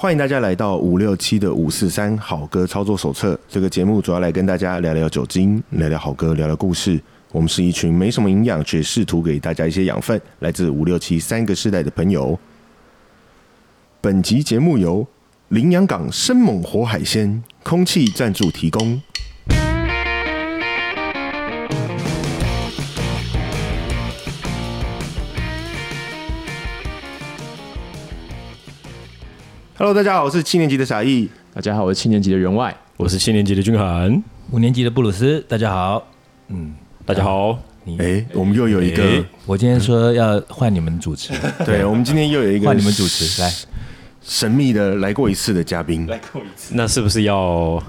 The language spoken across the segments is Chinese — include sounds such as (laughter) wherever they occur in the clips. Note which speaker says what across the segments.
Speaker 1: 欢迎大家来到五六七的五四三好歌操作手册。这个节目主要来跟大家聊聊酒精，聊聊好歌，聊聊故事。我们是一群没什么营养，却试图给大家一些养分，来自五六七三个世代的朋友。本集节目由羚羊港生猛活海鲜空气赞助提供。Hello，大家好，我是七年级的傻义。
Speaker 2: 大家好，我是七年级的员外。
Speaker 3: 我是七年级的君涵，
Speaker 4: 五年级的布鲁斯，大家好。
Speaker 3: 大家好。
Speaker 1: 哎、我们又有一个，
Speaker 3: 诶
Speaker 4: 我今天说要换你们主持，
Speaker 2: (laughs)
Speaker 4: (laughs)
Speaker 1: 对，我们今天又有一个
Speaker 4: 换你们主持来。
Speaker 1: 神秘的来过一次的嘉宾，
Speaker 3: 那是不是要？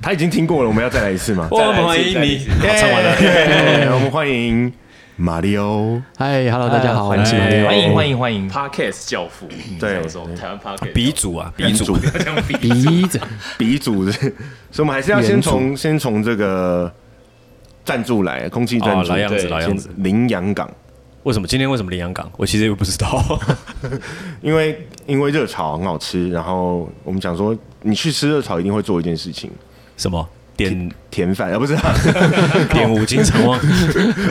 Speaker 1: 他已经听过了，我们要再来一次吗？
Speaker 3: 我们欢迎你，好唱完了。
Speaker 1: 对，我们欢迎马里欧。
Speaker 2: 嗨，Hello，大家好，我是马
Speaker 3: 哎
Speaker 2: 里
Speaker 4: 欢迎欢迎欢迎，
Speaker 5: Podcast 教父，
Speaker 1: 对
Speaker 5: 小时候台湾 Podcast
Speaker 3: (laughs) 鼻祖啊，鼻祖，
Speaker 2: 鼻子。
Speaker 1: 鼻祖的，所以我们还是要先从先从这个赞助来，空气赞
Speaker 3: 哦，
Speaker 1: 助，
Speaker 3: 老样子，
Speaker 5: 对
Speaker 3: 老样子。
Speaker 1: 羚羊港，
Speaker 3: 为什么今天为什么羚羊港？我其实也不知道。
Speaker 1: 因为因为热炒很好吃，然后我们讲说，你去吃热炒一定会做一件事情，
Speaker 3: (laughs) 什么 (laughs) 点
Speaker 1: 甜饭啊，不是 (laughs) 啊，
Speaker 3: 点五金长旺？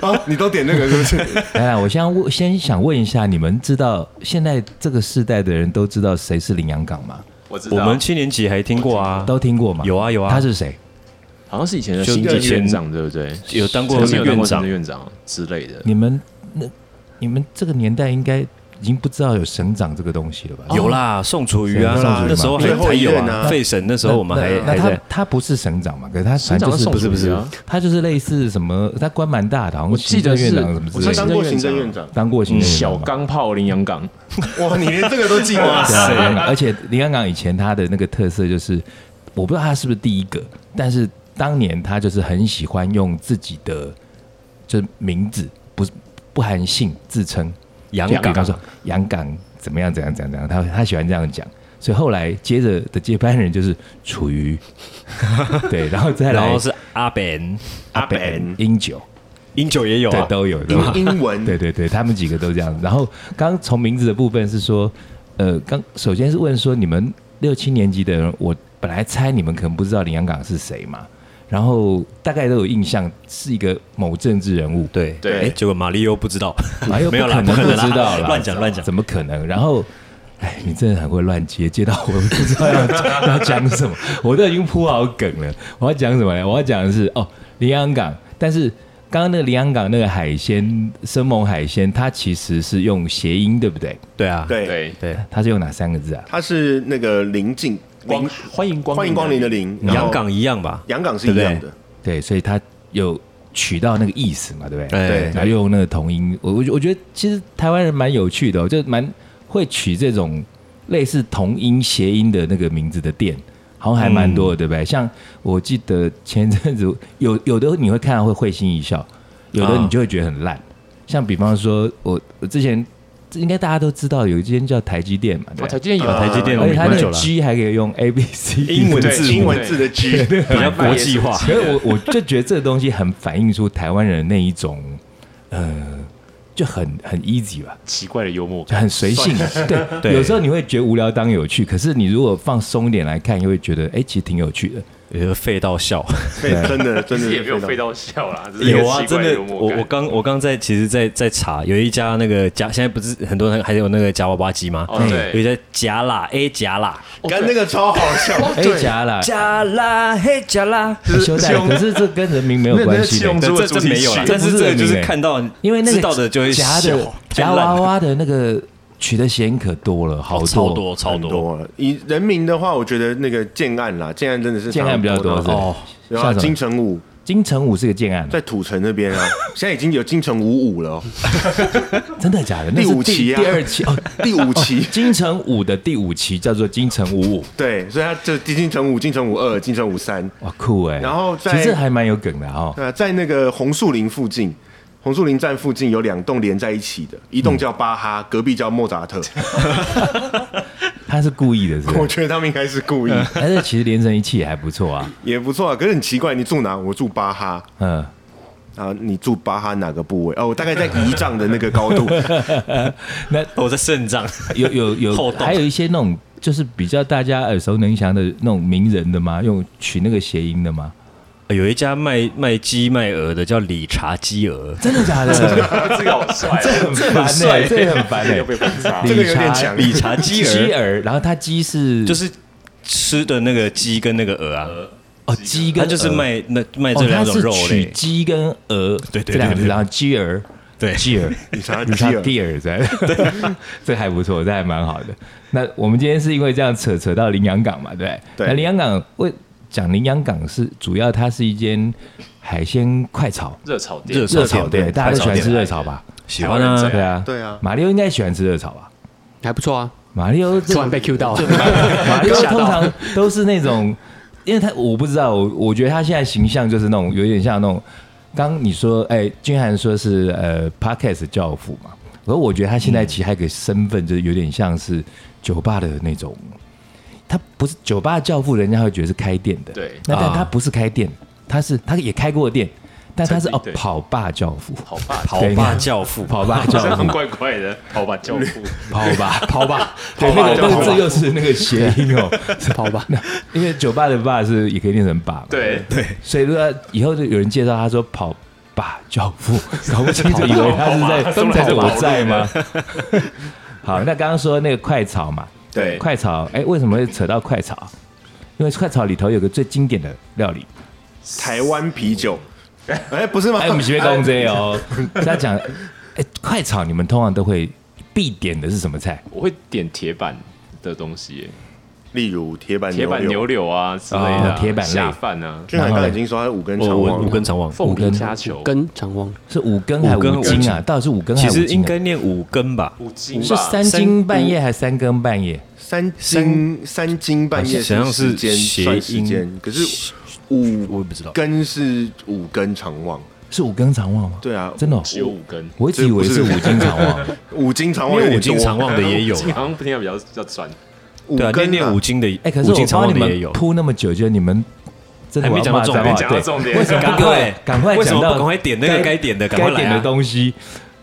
Speaker 1: 啊你都点那个是不是？
Speaker 4: 来来，我先问，先想问一下，你们知道现在这个世代的人都知道谁是羚羊港吗？
Speaker 5: (laughs) 我知道，
Speaker 3: (laughs) 我们七年级还听过啊，
Speaker 4: 都听过吗？
Speaker 3: 有啊有啊
Speaker 4: 他是谁？
Speaker 2: 好像是以前的
Speaker 3: 就
Speaker 2: 新
Speaker 3: 以
Speaker 2: 进
Speaker 3: 前
Speaker 2: 院长，对不对？
Speaker 3: 有当过
Speaker 5: 曾经有当
Speaker 3: 院
Speaker 5: 过行
Speaker 3: 长
Speaker 5: 政，院长之类的，
Speaker 4: 你们那你们这个年代应该已经不知道有省长这个东西了吧？哦
Speaker 3: 有啦，宋楚瑜啊
Speaker 4: 谁宋楚瑜，
Speaker 3: 那时候还
Speaker 1: 最后
Speaker 3: 还
Speaker 1: 一
Speaker 3: 有
Speaker 1: 任啊
Speaker 3: 啊，费神那时
Speaker 4: 那
Speaker 3: 候我们还
Speaker 4: 那
Speaker 3: 还
Speaker 4: 那他
Speaker 3: 在。
Speaker 4: 他不是省长嘛？可是他
Speaker 2: 省长
Speaker 4: 反正就是
Speaker 2: 宋楚瑜啊
Speaker 4: 不是他就是类似什么，他官蛮大的，好像
Speaker 2: 我记得是
Speaker 4: 行政院长什么之
Speaker 2: 我
Speaker 4: 类
Speaker 2: 记
Speaker 1: 他
Speaker 2: 得
Speaker 4: 的，
Speaker 1: 当过行政院长，
Speaker 4: 当过
Speaker 3: 嗯
Speaker 4: 行政院长
Speaker 2: 小
Speaker 4: 嘛
Speaker 2: 钢炮羚羊港，
Speaker 1: 哇，你连这个都记得
Speaker 3: (laughs)
Speaker 1: 啊？
Speaker 4: (laughs) 对啊，林安而且林安港以前他的那个特色就是，我不知道他是不是第一个，但是当年他就是很喜欢用自己的就是名字，不是不含姓自称，
Speaker 3: 羊
Speaker 4: 就比
Speaker 3: 港
Speaker 4: 方说杨港怎么样怎样怎样怎样，他他喜欢这样讲。所以后来接着的接班人就是
Speaker 3: (laughs)
Speaker 4: 楚瑜，对，然后再来
Speaker 3: 然后是阿本，
Speaker 1: 阿本
Speaker 4: 英九，
Speaker 3: 英九也有
Speaker 4: 对
Speaker 3: 啊，，
Speaker 4: 都有，都有
Speaker 1: 英英文
Speaker 4: 对对对，他们几个都这样。然后刚刚从名字的部分是说，呃，刚首先是问说你们六七年级的人，我本来猜你们可能不知道林洋港是谁嘛，然后大概都有印象是一个某政治人物，
Speaker 3: 对
Speaker 5: 对
Speaker 3: 哎结果马里又不知道，
Speaker 4: 哎
Speaker 3: (laughs)
Speaker 4: 呦
Speaker 3: 没有啦，
Speaker 4: 不
Speaker 3: 不
Speaker 4: 可
Speaker 3: 可
Speaker 4: 能
Speaker 3: 能
Speaker 4: 不知道
Speaker 3: 啦，
Speaker 4: 啦
Speaker 3: 乱讲乱讲。
Speaker 4: 怎么可能？然后。哎，你真的很会乱接，接到我不知道要讲要讲什么，我都已经铺好梗了。我要讲什么呢？我要讲的是哦，羚羊港。但是刚刚那个羚羊港那个海鲜生猛海鲜，它其实是用谐音，对不对？
Speaker 3: (laughs) 对啊，
Speaker 1: 对，
Speaker 5: 对
Speaker 3: 对，
Speaker 4: 它是用哪三个字啊？
Speaker 1: 他是那个邻近
Speaker 5: 光
Speaker 1: 邻
Speaker 2: 欢迎光
Speaker 1: 欢迎光临的邻，然后
Speaker 3: 羊港一样吧？
Speaker 1: 羊港是一样
Speaker 3: 对不
Speaker 1: 的，
Speaker 4: 对，所以它有取到那个意思嘛，对不对？
Speaker 3: 哎
Speaker 4: 然后又用那个同音，我我我觉得其实台湾人蛮有趣的、哦，就蛮会取这种类似同音谐音的那个名字的店，好像还蛮多的，
Speaker 3: 嗯
Speaker 4: 对不对？像我记得前阵子 (laughs) 有有的你会看到会会心一笑，有的
Speaker 3: 啊
Speaker 4: 你就会觉得很烂。像比方说，我我之前应该大家都知道有一间叫台积电嘛，
Speaker 2: 哦，
Speaker 4: 对不
Speaker 2: 台
Speaker 4: 对，
Speaker 2: 积电有
Speaker 1: 呃
Speaker 3: 啊台积电
Speaker 4: 而
Speaker 3: 我
Speaker 4: 且
Speaker 3: 们
Speaker 4: 它
Speaker 3: 很
Speaker 4: 那
Speaker 3: 久
Speaker 4: 个
Speaker 3: 了，
Speaker 4: G 还可以用 A B C
Speaker 3: 英文字母
Speaker 1: 英文字的 G，
Speaker 3: 比较国际化。
Speaker 4: 所以我我就觉得这个东西很反映出台湾人的那一种，呃，就很很 easy 吧，
Speaker 2: 奇怪的幽默
Speaker 4: 就
Speaker 2: 感，
Speaker 4: 很随性。啊对，
Speaker 3: 对
Speaker 4: 有时候你会觉得无聊当有趣，可是你如果放松一点来看，又会觉得哎、其实挺有趣的。
Speaker 3: 呃，废到 (laughs) 笑，
Speaker 1: 对，真的真
Speaker 5: 其
Speaker 1: 的
Speaker 5: 实也没有
Speaker 1: 非
Speaker 5: 废
Speaker 1: 常
Speaker 5: 到笑啦，只是一个
Speaker 3: 有啊，
Speaker 5: 奇怪
Speaker 3: 真
Speaker 5: 的
Speaker 3: 的
Speaker 5: 幽，默
Speaker 3: 我
Speaker 5: 感
Speaker 3: 我刚我刚在其实在在查，有一家那个夹，现在不是很多人还有那个夹娃娃机吗？
Speaker 5: 哦对
Speaker 3: 有一家夹啦 A 夹啦
Speaker 1: 干那个超好笑，
Speaker 4: 哎、假啦，
Speaker 3: 夹啦嘿夹啦，
Speaker 4: 哎修带，可是这跟人名没有关系的。
Speaker 3: 这这没有啦，但是这个就是看到
Speaker 4: 因为那
Speaker 3: 知
Speaker 4: 个
Speaker 3: 道的就会
Speaker 4: 夹
Speaker 3: 笑
Speaker 4: 的，夹娃娃的那个取的谐音可多了，好
Speaker 3: 好
Speaker 4: 多
Speaker 3: 超多超
Speaker 1: 很
Speaker 3: 多，
Speaker 1: 多了。以人名的话，我觉得那个建案啦，建案真的是
Speaker 4: 建案比较多
Speaker 1: 差不
Speaker 4: 哦
Speaker 1: 对然后
Speaker 4: 像什么
Speaker 1: 金城武
Speaker 4: 金城武是个建案嘛，
Speaker 1: 在土城那边啊， (laughs) 现在已经有金城武五了 (laughs) 哦，
Speaker 4: 真的假的？那是
Speaker 1: 第五期啊
Speaker 4: 第二期哦，
Speaker 1: 第五期。
Speaker 4: 金城武的第五期叫做金城武武，
Speaker 1: 对，所以他就金城武、金城武二、金城武三。
Speaker 4: (laughs) 哇酷哎、
Speaker 1: 然后
Speaker 4: 其
Speaker 1: 在
Speaker 4: 实还蛮有梗的哦。 (laughs)
Speaker 1: 对啊，在那个红树林附近，红树林站附近有两栋连在一起的，一栋叫巴哈，隔壁叫莫扎特。
Speaker 4: 他是故意的，是不
Speaker 1: 我
Speaker 4: (laughs) 是？
Speaker 1: 觉得他们应该是故意，
Speaker 4: 但是其实连成一气也还不错 (laughs) 啊。
Speaker 1: 也不错啊。可是很奇怪，你住哪？我住巴哈。
Speaker 4: 嗯，
Speaker 1: 啊，你住巴哈哪个部位？哦，我大概在胰脏的那个高度。
Speaker 4: 那
Speaker 3: 哦我在肾脏，
Speaker 4: 有有有，
Speaker 3: 后动
Speaker 4: 还有一些那种就是比较大家耳熟能详的那种名人的吗？用取那个谐音的吗？
Speaker 3: 呃 (laughs) 有一家卖卖鸡卖鹅的叫理查鸡鹅，
Speaker 4: (laughs) 真的假的？
Speaker 5: 这个好 (laughs) 帅，
Speaker 4: 很烦欸呢，这个很烦呢
Speaker 5: 要。被封杀。
Speaker 1: 这个有点强
Speaker 3: 理查鸡
Speaker 4: 鸡
Speaker 3: 鹅
Speaker 4: 耳，然后它鸡是
Speaker 3: 就是吃的那个鸡跟那个鹅啊，
Speaker 4: 哦鸡跟
Speaker 3: 它就是
Speaker 4: 鹅
Speaker 3: 卖那卖
Speaker 4: 哦
Speaker 3: 这，两
Speaker 4: 它
Speaker 3: 种
Speaker 4: 是
Speaker 3: 肉
Speaker 4: 取
Speaker 3: 类，
Speaker 4: 鸡跟鹅
Speaker 3: 对对对
Speaker 4: 这两个
Speaker 3: 对
Speaker 4: 字，
Speaker 3: 对
Speaker 4: 然后鸡儿
Speaker 3: 对
Speaker 4: 鸡儿
Speaker 1: 理查
Speaker 4: 理查
Speaker 1: 基
Speaker 4: 蒂尔在，这还不错，这还蛮好的。那我们今天是因为这样扯扯到羚羊港嘛，对不对？
Speaker 1: 对
Speaker 4: 那羚羊港为讲羚羊港是主要它是一间海鲜快炒
Speaker 5: 热炒店
Speaker 3: 热炒
Speaker 4: 炒
Speaker 3: 店
Speaker 4: 店，大家都喜欢吃热炒吧？
Speaker 3: 喜欢啊
Speaker 5: 台湾人最爱
Speaker 4: 对啊，
Speaker 1: 对啊
Speaker 4: 马里奥应该喜欢吃热炒吧？
Speaker 6: 还不错啊，
Speaker 4: 马里奥这
Speaker 6: 突然被 Q 到，
Speaker 4: 马
Speaker 6: (laughs)
Speaker 4: 里奥
Speaker 6: 吓
Speaker 4: 通
Speaker 6: 到，
Speaker 4: 常都是那种，因为他我不知道，我我觉得他现在形象就是那种有点像那种，刚你说，哎、君涵说是呃 podcast 教父嘛，而我觉得他现
Speaker 5: 嗯
Speaker 4: 在其实还有一个身份，就是有点像是酒吧的那种，他不是酒吧教父，人家会觉得是开店的，
Speaker 5: 对
Speaker 4: 那但
Speaker 3: 啊
Speaker 4: 他不是开店，他是他也开过店，但他是
Speaker 5: 曾经
Speaker 4: 哦
Speaker 5: 对
Speaker 4: 跑吧教父，
Speaker 5: 跑吧，
Speaker 3: 跑霸教父，
Speaker 4: 跑吧
Speaker 5: 好
Speaker 4: 教
Speaker 5: 像
Speaker 4: 父
Speaker 5: 很。怪怪的，跑吧教
Speaker 3: (laughs)
Speaker 5: 父，
Speaker 2: (laughs)
Speaker 4: 跑吧，跑吧，对，
Speaker 1: 跑吧
Speaker 4: 那个
Speaker 1: 就
Speaker 4: 那
Speaker 1: 跑吧
Speaker 4: 个这又是那个谐音哦，
Speaker 6: 跑
Speaker 4: (laughs)
Speaker 6: 吧，
Speaker 4: 因为酒吧的吧是也可以念成吧，，
Speaker 5: 对对，
Speaker 4: 所以如果以后就有人介绍他说跑吧教父，搞不清楚以为他是在
Speaker 5: 跑吧
Speaker 4: 在
Speaker 5: 跑吧
Speaker 4: 我在吗？好，那刚刚说那个快炒嘛，
Speaker 1: 对
Speaker 4: 快炒，哎，为什么会扯到快炒？因为快炒里头有个最经典的料理，
Speaker 1: 台湾啤酒，哎，不是吗？
Speaker 4: 哎，我们学公这哦，他讲，哎，快炒你们通常都会必点的是什么菜？
Speaker 5: 我会点铁板的东西耶，
Speaker 1: 例如铁板
Speaker 5: 铁板牛
Speaker 1: 柳，
Speaker 5: 柳啊之类的啊
Speaker 4: 哦，铁板类
Speaker 5: 下饭啊，
Speaker 1: 俊海刚才已经说他五根
Speaker 3: 我
Speaker 1: 肠
Speaker 3: 我
Speaker 1: 旺
Speaker 3: 五
Speaker 1: 了，
Speaker 3: 根肠旺，
Speaker 5: 凤梨
Speaker 4: 根
Speaker 5: 虾球，
Speaker 6: 跟长旺
Speaker 4: 是五更还是
Speaker 3: 五更
Speaker 4: 五斤啊？
Speaker 3: 五
Speaker 4: 到底是五更还
Speaker 3: 其
Speaker 4: 是五斤啊？
Speaker 3: 实应该念五根吧，
Speaker 5: 五斤
Speaker 4: 是
Speaker 5: 吧，
Speaker 4: 三嗯更半夜还是三更半夜？
Speaker 1: 三斤三斤半夜
Speaker 3: 好像
Speaker 1: 时
Speaker 3: 啊是
Speaker 1: 间
Speaker 3: 谐
Speaker 1: 算时间
Speaker 3: 音，
Speaker 1: 可是五
Speaker 3: 我也不知道。
Speaker 1: 根是五根肠旺，
Speaker 4: 是五更长旺吗？
Speaker 1: 对啊
Speaker 4: 真的哦，
Speaker 5: 只有五根，
Speaker 4: 我一直以为是五更长
Speaker 3: (laughs)
Speaker 4: 旺。
Speaker 1: 五斤肠
Speaker 3: 因
Speaker 1: 旺有
Speaker 3: 为五
Speaker 1: 点
Speaker 3: 金
Speaker 1: 多，
Speaker 3: 常旺
Speaker 1: (laughs)
Speaker 3: 的也有
Speaker 4: 啊
Speaker 5: 五斤
Speaker 3: 啦
Speaker 5: 好像不听到比较比较酸，
Speaker 1: 五
Speaker 3: 对啊，念
Speaker 1: 根
Speaker 3: 念
Speaker 1: 啊
Speaker 3: 五金的，哎
Speaker 4: 哎，可是
Speaker 3: 五
Speaker 4: 我
Speaker 3: 金常
Speaker 4: 帮
Speaker 3: 旺
Speaker 4: 你
Speaker 3: 的也
Speaker 4: 们
Speaker 3: 有。
Speaker 4: 铺那么久，觉得你们真的
Speaker 3: 还没讲到重点
Speaker 4: 点，
Speaker 5: 没讲到重点，
Speaker 3: 赶快
Speaker 4: (laughs) 赶快
Speaker 3: 为什
Speaker 4: 讲
Speaker 3: 么
Speaker 4: 到
Speaker 3: 不赶快点那个该点的赶快
Speaker 4: 该
Speaker 3: 来啊
Speaker 4: 点的东西，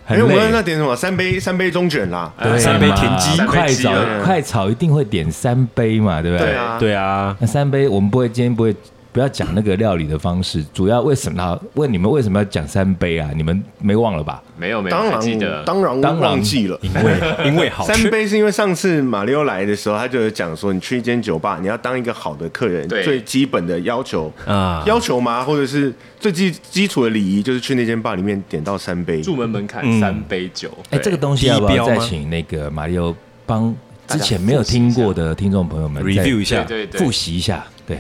Speaker 1: 哎，
Speaker 4: 很
Speaker 1: 我
Speaker 4: 累
Speaker 1: 们。刚刚那点什么三杯三杯中卷啦，
Speaker 4: 对嘛
Speaker 3: 三杯田鸡
Speaker 5: 三
Speaker 4: 快
Speaker 5: 杯鸡
Speaker 4: 炒
Speaker 5: 啊
Speaker 4: 快炒一定会点三杯嘛，对不对？
Speaker 1: 对啊，
Speaker 3: 对啊，
Speaker 4: 那三杯我们不会，今天不会。不要讲那个料理的方式，主要为什么啊？问你们为什么要讲三杯啊？你们没忘了吧？
Speaker 5: 没有没有，
Speaker 1: 当
Speaker 5: 还记
Speaker 1: 然
Speaker 5: 得，
Speaker 1: 当然
Speaker 4: 当然
Speaker 1: 忘记了。
Speaker 3: 因为因为好
Speaker 1: 三
Speaker 3: 吃，
Speaker 1: 杯是因为上次马里奥来的时候，他就有讲说，你去一间酒吧，你要当一个好的客人，
Speaker 5: 对
Speaker 1: 最基本的要求
Speaker 3: 啊
Speaker 1: 要求吗？或者是最基基础的礼仪，就是去那间吧里面点到三杯。
Speaker 5: 入门门槛
Speaker 3: 嗯
Speaker 5: 三杯酒，
Speaker 4: 哎，
Speaker 5: 对
Speaker 4: 这个东西要不
Speaker 3: 低
Speaker 4: 要
Speaker 3: 标吗
Speaker 4: 再请那个马里奥帮之前没有听过的听众朋友们再
Speaker 3: review 一下
Speaker 5: 对对对，
Speaker 4: 复习一下？对，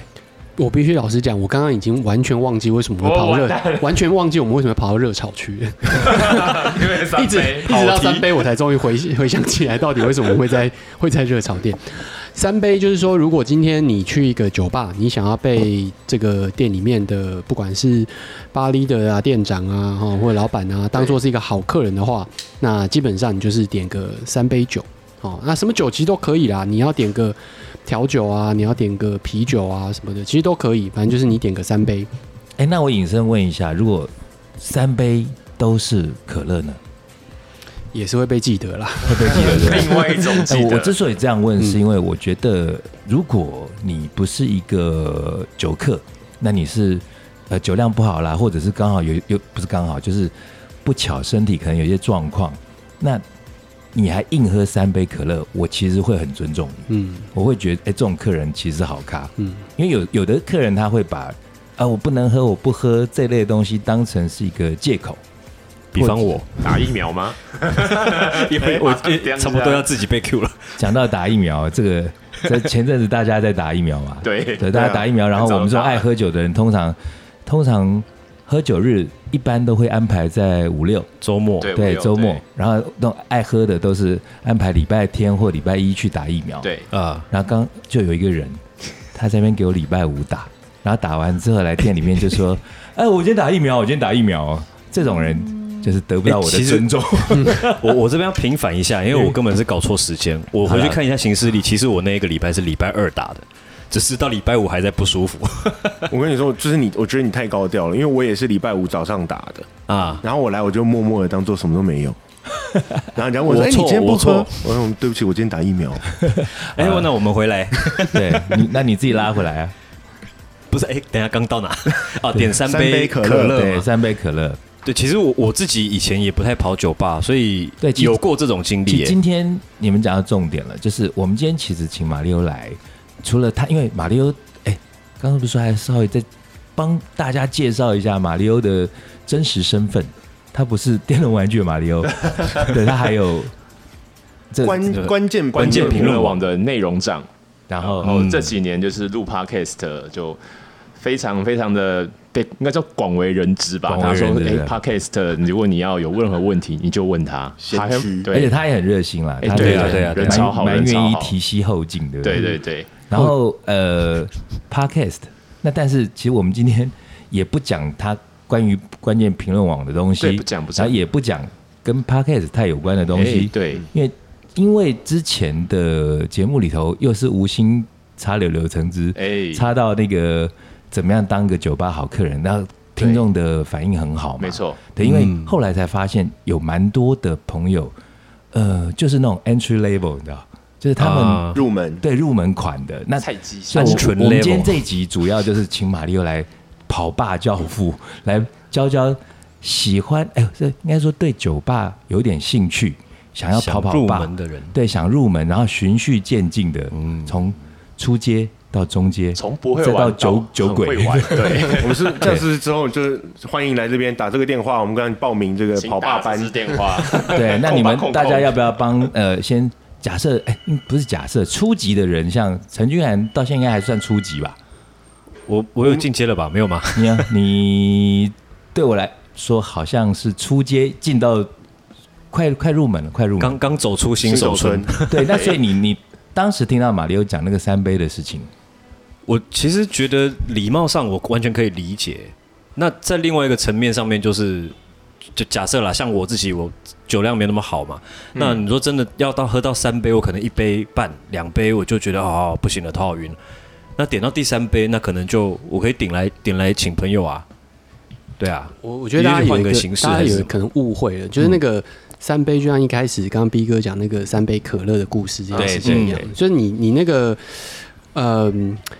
Speaker 6: 我必须老实讲，我刚刚已经完全忘记为什么会
Speaker 5: 我
Speaker 6: 跑
Speaker 5: 完
Speaker 6: 热
Speaker 5: 蛋，
Speaker 6: 完全忘记我们为什么跑到热炒区，
Speaker 4: 啊
Speaker 5: 因为三
Speaker 6: 一直
Speaker 5: 杯
Speaker 6: 一直到三杯，我才终于回回想起来，到底为什么会在 (laughs) 会在热炒店。三杯就是说，如果今天你去一个酒吧，你想要被这个店里面的不管是巴黎的啊、店长啊，哦或者老板啊，当做是一个好客人的话，那基本上你就是点个三杯酒。哦，那什么酒其实都可以啦，你要点个调酒啊，你要点个啤酒啊什么的，其实都可以，反正就是你点个三杯。
Speaker 4: 哎，那我引申问一下，如果三杯都是可乐呢？
Speaker 6: 也是会被记得啦。
Speaker 4: 会不会记得对
Speaker 5: 另外一种
Speaker 4: 哎
Speaker 5: 记
Speaker 4: 我我
Speaker 5: 得，
Speaker 4: 之所以这样问，
Speaker 6: 嗯
Speaker 4: 是因为我觉得，如果你不是一个酒客，那你是呃酒量不好啦，或者是刚好有有不是刚好，就是不巧身体可能有一些状况，那你还硬喝三杯可乐，我其实会很尊重你。
Speaker 6: 嗯
Speaker 4: 我会觉得，哎、这种客人其实好咖，
Speaker 6: 嗯，
Speaker 4: 因为有有的客人他会把啊我不能喝，我不喝这类的东西当成是一个借口。
Speaker 3: 比方我，
Speaker 5: 打疫苗吗？因为
Speaker 3: 我也差不多要自己被 Q 了，
Speaker 4: 讲到打疫苗，这个在前阵子大家在打疫苗
Speaker 3: (laughs)
Speaker 4: 嘛，
Speaker 5: 对
Speaker 4: 对，
Speaker 1: 对
Speaker 4: 大家
Speaker 1: 啊
Speaker 4: 打疫苗，然后
Speaker 5: 很早
Speaker 4: 我们这种
Speaker 5: 打
Speaker 4: 爱喝酒的人，通常通常喝酒日一般都会安排在五六，
Speaker 3: 周末
Speaker 5: 对
Speaker 4: 对，
Speaker 5: 五六
Speaker 4: 周末
Speaker 5: 对，
Speaker 4: 然后那种爱喝的都是安排礼拜天或礼拜一去打疫苗，
Speaker 5: 对，
Speaker 3: 啊，
Speaker 4: 然后刚就有一个人，他在那边给我礼拜五打，然后打完之后来店里面就说：“哎，我今天打疫苗，我今天打疫苗哦。”这种人就是得不到我
Speaker 3: 欸
Speaker 4: 的
Speaker 3: 其实 (laughs)
Speaker 4: 尊重。
Speaker 3: 我我这边要平反一下，因为我根本是搞错时间。我回去看一下行事历，其实我那一个礼拜是礼拜二打的，只是到礼拜五还在不舒服
Speaker 1: 我跟你说，就是你，我觉得你太高调了，因为我也是礼拜五早上打的，
Speaker 3: 啊。
Speaker 1: 然后我来我就默默的当做什么都没有，然后人家问说：“
Speaker 3: 我
Speaker 1: 哎，你
Speaker 3: 错
Speaker 1: 今天不
Speaker 3: 我
Speaker 1: 喝
Speaker 3: 错？”
Speaker 1: 我说：“嗯对不起，我今天打疫苗。
Speaker 3: 哎、那我们回来，
Speaker 4: 对你，那你自己拉回来啊，
Speaker 3: 不是哎、等一下刚到哪？哦，点三
Speaker 1: 三杯可
Speaker 3: 可
Speaker 1: 乐
Speaker 3: 嘛
Speaker 4: 对，三杯可乐。
Speaker 3: 对，其实我我自己以前也不太跑酒吧，所以
Speaker 4: 对其实
Speaker 3: 有过这种经历
Speaker 4: 其实
Speaker 3: 耶、
Speaker 4: 今天你们讲到重点了，就是我们今天其实请马里欧来，除了他，因为马里欧，哎，刚刚不是说还稍微再帮大家介绍一下马里欧的真实身份，他不是电动玩具的马
Speaker 2: (laughs)
Speaker 4: 里欧，对他还有”这这
Speaker 1: 关关键
Speaker 2: 关键评论网
Speaker 1: 的
Speaker 2: 的内容长，
Speaker 4: 然
Speaker 2: 然
Speaker 4: 后
Speaker 2: 后哦这几年就是录 podcast 就非常非常的被应该叫广为人知吧。
Speaker 4: 广为
Speaker 2: 他说
Speaker 4: 人：“知
Speaker 2: 哎
Speaker 4: 对
Speaker 2: ，podcast，如果你要有任何问题，你就问他。”
Speaker 1: 先
Speaker 2: 他还
Speaker 1: 驱
Speaker 4: 而且
Speaker 2: 对
Speaker 4: 他也很热心啦，
Speaker 2: 哎
Speaker 4: 他
Speaker 2: 对
Speaker 4: 也
Speaker 3: 啊对啊对啊
Speaker 4: 蛮
Speaker 2: 人超好
Speaker 4: 蛮
Speaker 2: 人超
Speaker 4: 愿意
Speaker 2: 好
Speaker 4: 提携后进，对不
Speaker 2: 对对对，
Speaker 4: 然后呃，podcast，那但是其实我们今天也不讲它关于关键评论网的东西，
Speaker 2: 对不讲不讲
Speaker 4: 然后也不讲跟 podcast 太有关的东西，
Speaker 2: 哎对
Speaker 4: 因为因为之前的节目里头又是无心插柳柳橙汁，
Speaker 2: 哎
Speaker 4: 插到那个怎么样当个酒吧好客人，那听众的反应很好嘛，
Speaker 2: 没错，
Speaker 4: 对，因为后来才发现有蛮多的朋友，呃，就是那种 entry level，你知道，就是他们、
Speaker 3: 啊
Speaker 1: 入门，
Speaker 4: 对入门款的那
Speaker 2: 菜鸡
Speaker 4: 所以我
Speaker 3: 单纯
Speaker 4: 我们
Speaker 3: level
Speaker 4: 今天这一集主要就是请马里奥来跑吧教父，来教教喜欢哎呦，这应该说对酒吧有点兴趣，想要跑跑
Speaker 3: 想入
Speaker 4: 吧
Speaker 3: 门的人嗯
Speaker 4: 对想入门，然后循序渐进的，从初阶到中阶，
Speaker 2: 从不会
Speaker 4: 再
Speaker 2: 玩
Speaker 4: 到酒酒
Speaker 2: 很会 (laughs)
Speaker 4: 鬼，
Speaker 2: 玩，对，
Speaker 1: 我们是这样子之后，就是欢迎来这边打这个电话，我们刚刚报名这个
Speaker 2: 请
Speaker 1: 跑
Speaker 2: 打
Speaker 1: 吧班
Speaker 2: 这，支电 (laughs) 话。
Speaker 4: (laughs) 对，那你
Speaker 2: 控吧
Speaker 4: 们
Speaker 2: 控
Speaker 4: 大家
Speaker 2: 控
Speaker 4: 要不要帮呃先？假设哎、嗯不是假设，初级的人像陈君涵到现在应该还算初级吧？
Speaker 3: 我我有进阶了吧？没有吗？
Speaker 4: 你啊，你对我来说好像是初阶进到快快入门了，快入门
Speaker 3: 刚。刚走出新手村，
Speaker 4: 对，那所以你你当时听到马里欧讲那个三杯的事情，
Speaker 3: 我其实觉得礼貌上我完全可以理解。那在另外一个层面上面，就是就假设啦，像我自己，我酒量没那么好嘛。那你说真的要到喝到三杯，我可能一杯半、两杯，我就觉得哦不行了，头好晕。那点到第三杯，那可能就我可以顶来顶来请朋友啊，对啊，
Speaker 6: 我我觉得大家
Speaker 3: 你就
Speaker 6: 有
Speaker 3: 换
Speaker 6: 一
Speaker 3: 个
Speaker 6: 个，
Speaker 3: 形式
Speaker 6: 大家
Speaker 3: 还是嗯
Speaker 6: 有
Speaker 3: 什么
Speaker 6: 可能误会了，就是那个三杯，就像一开始刚刚 B 哥讲那个三杯可乐的故事这件事情一样
Speaker 3: 对对，
Speaker 6: 就是你你那个，呃，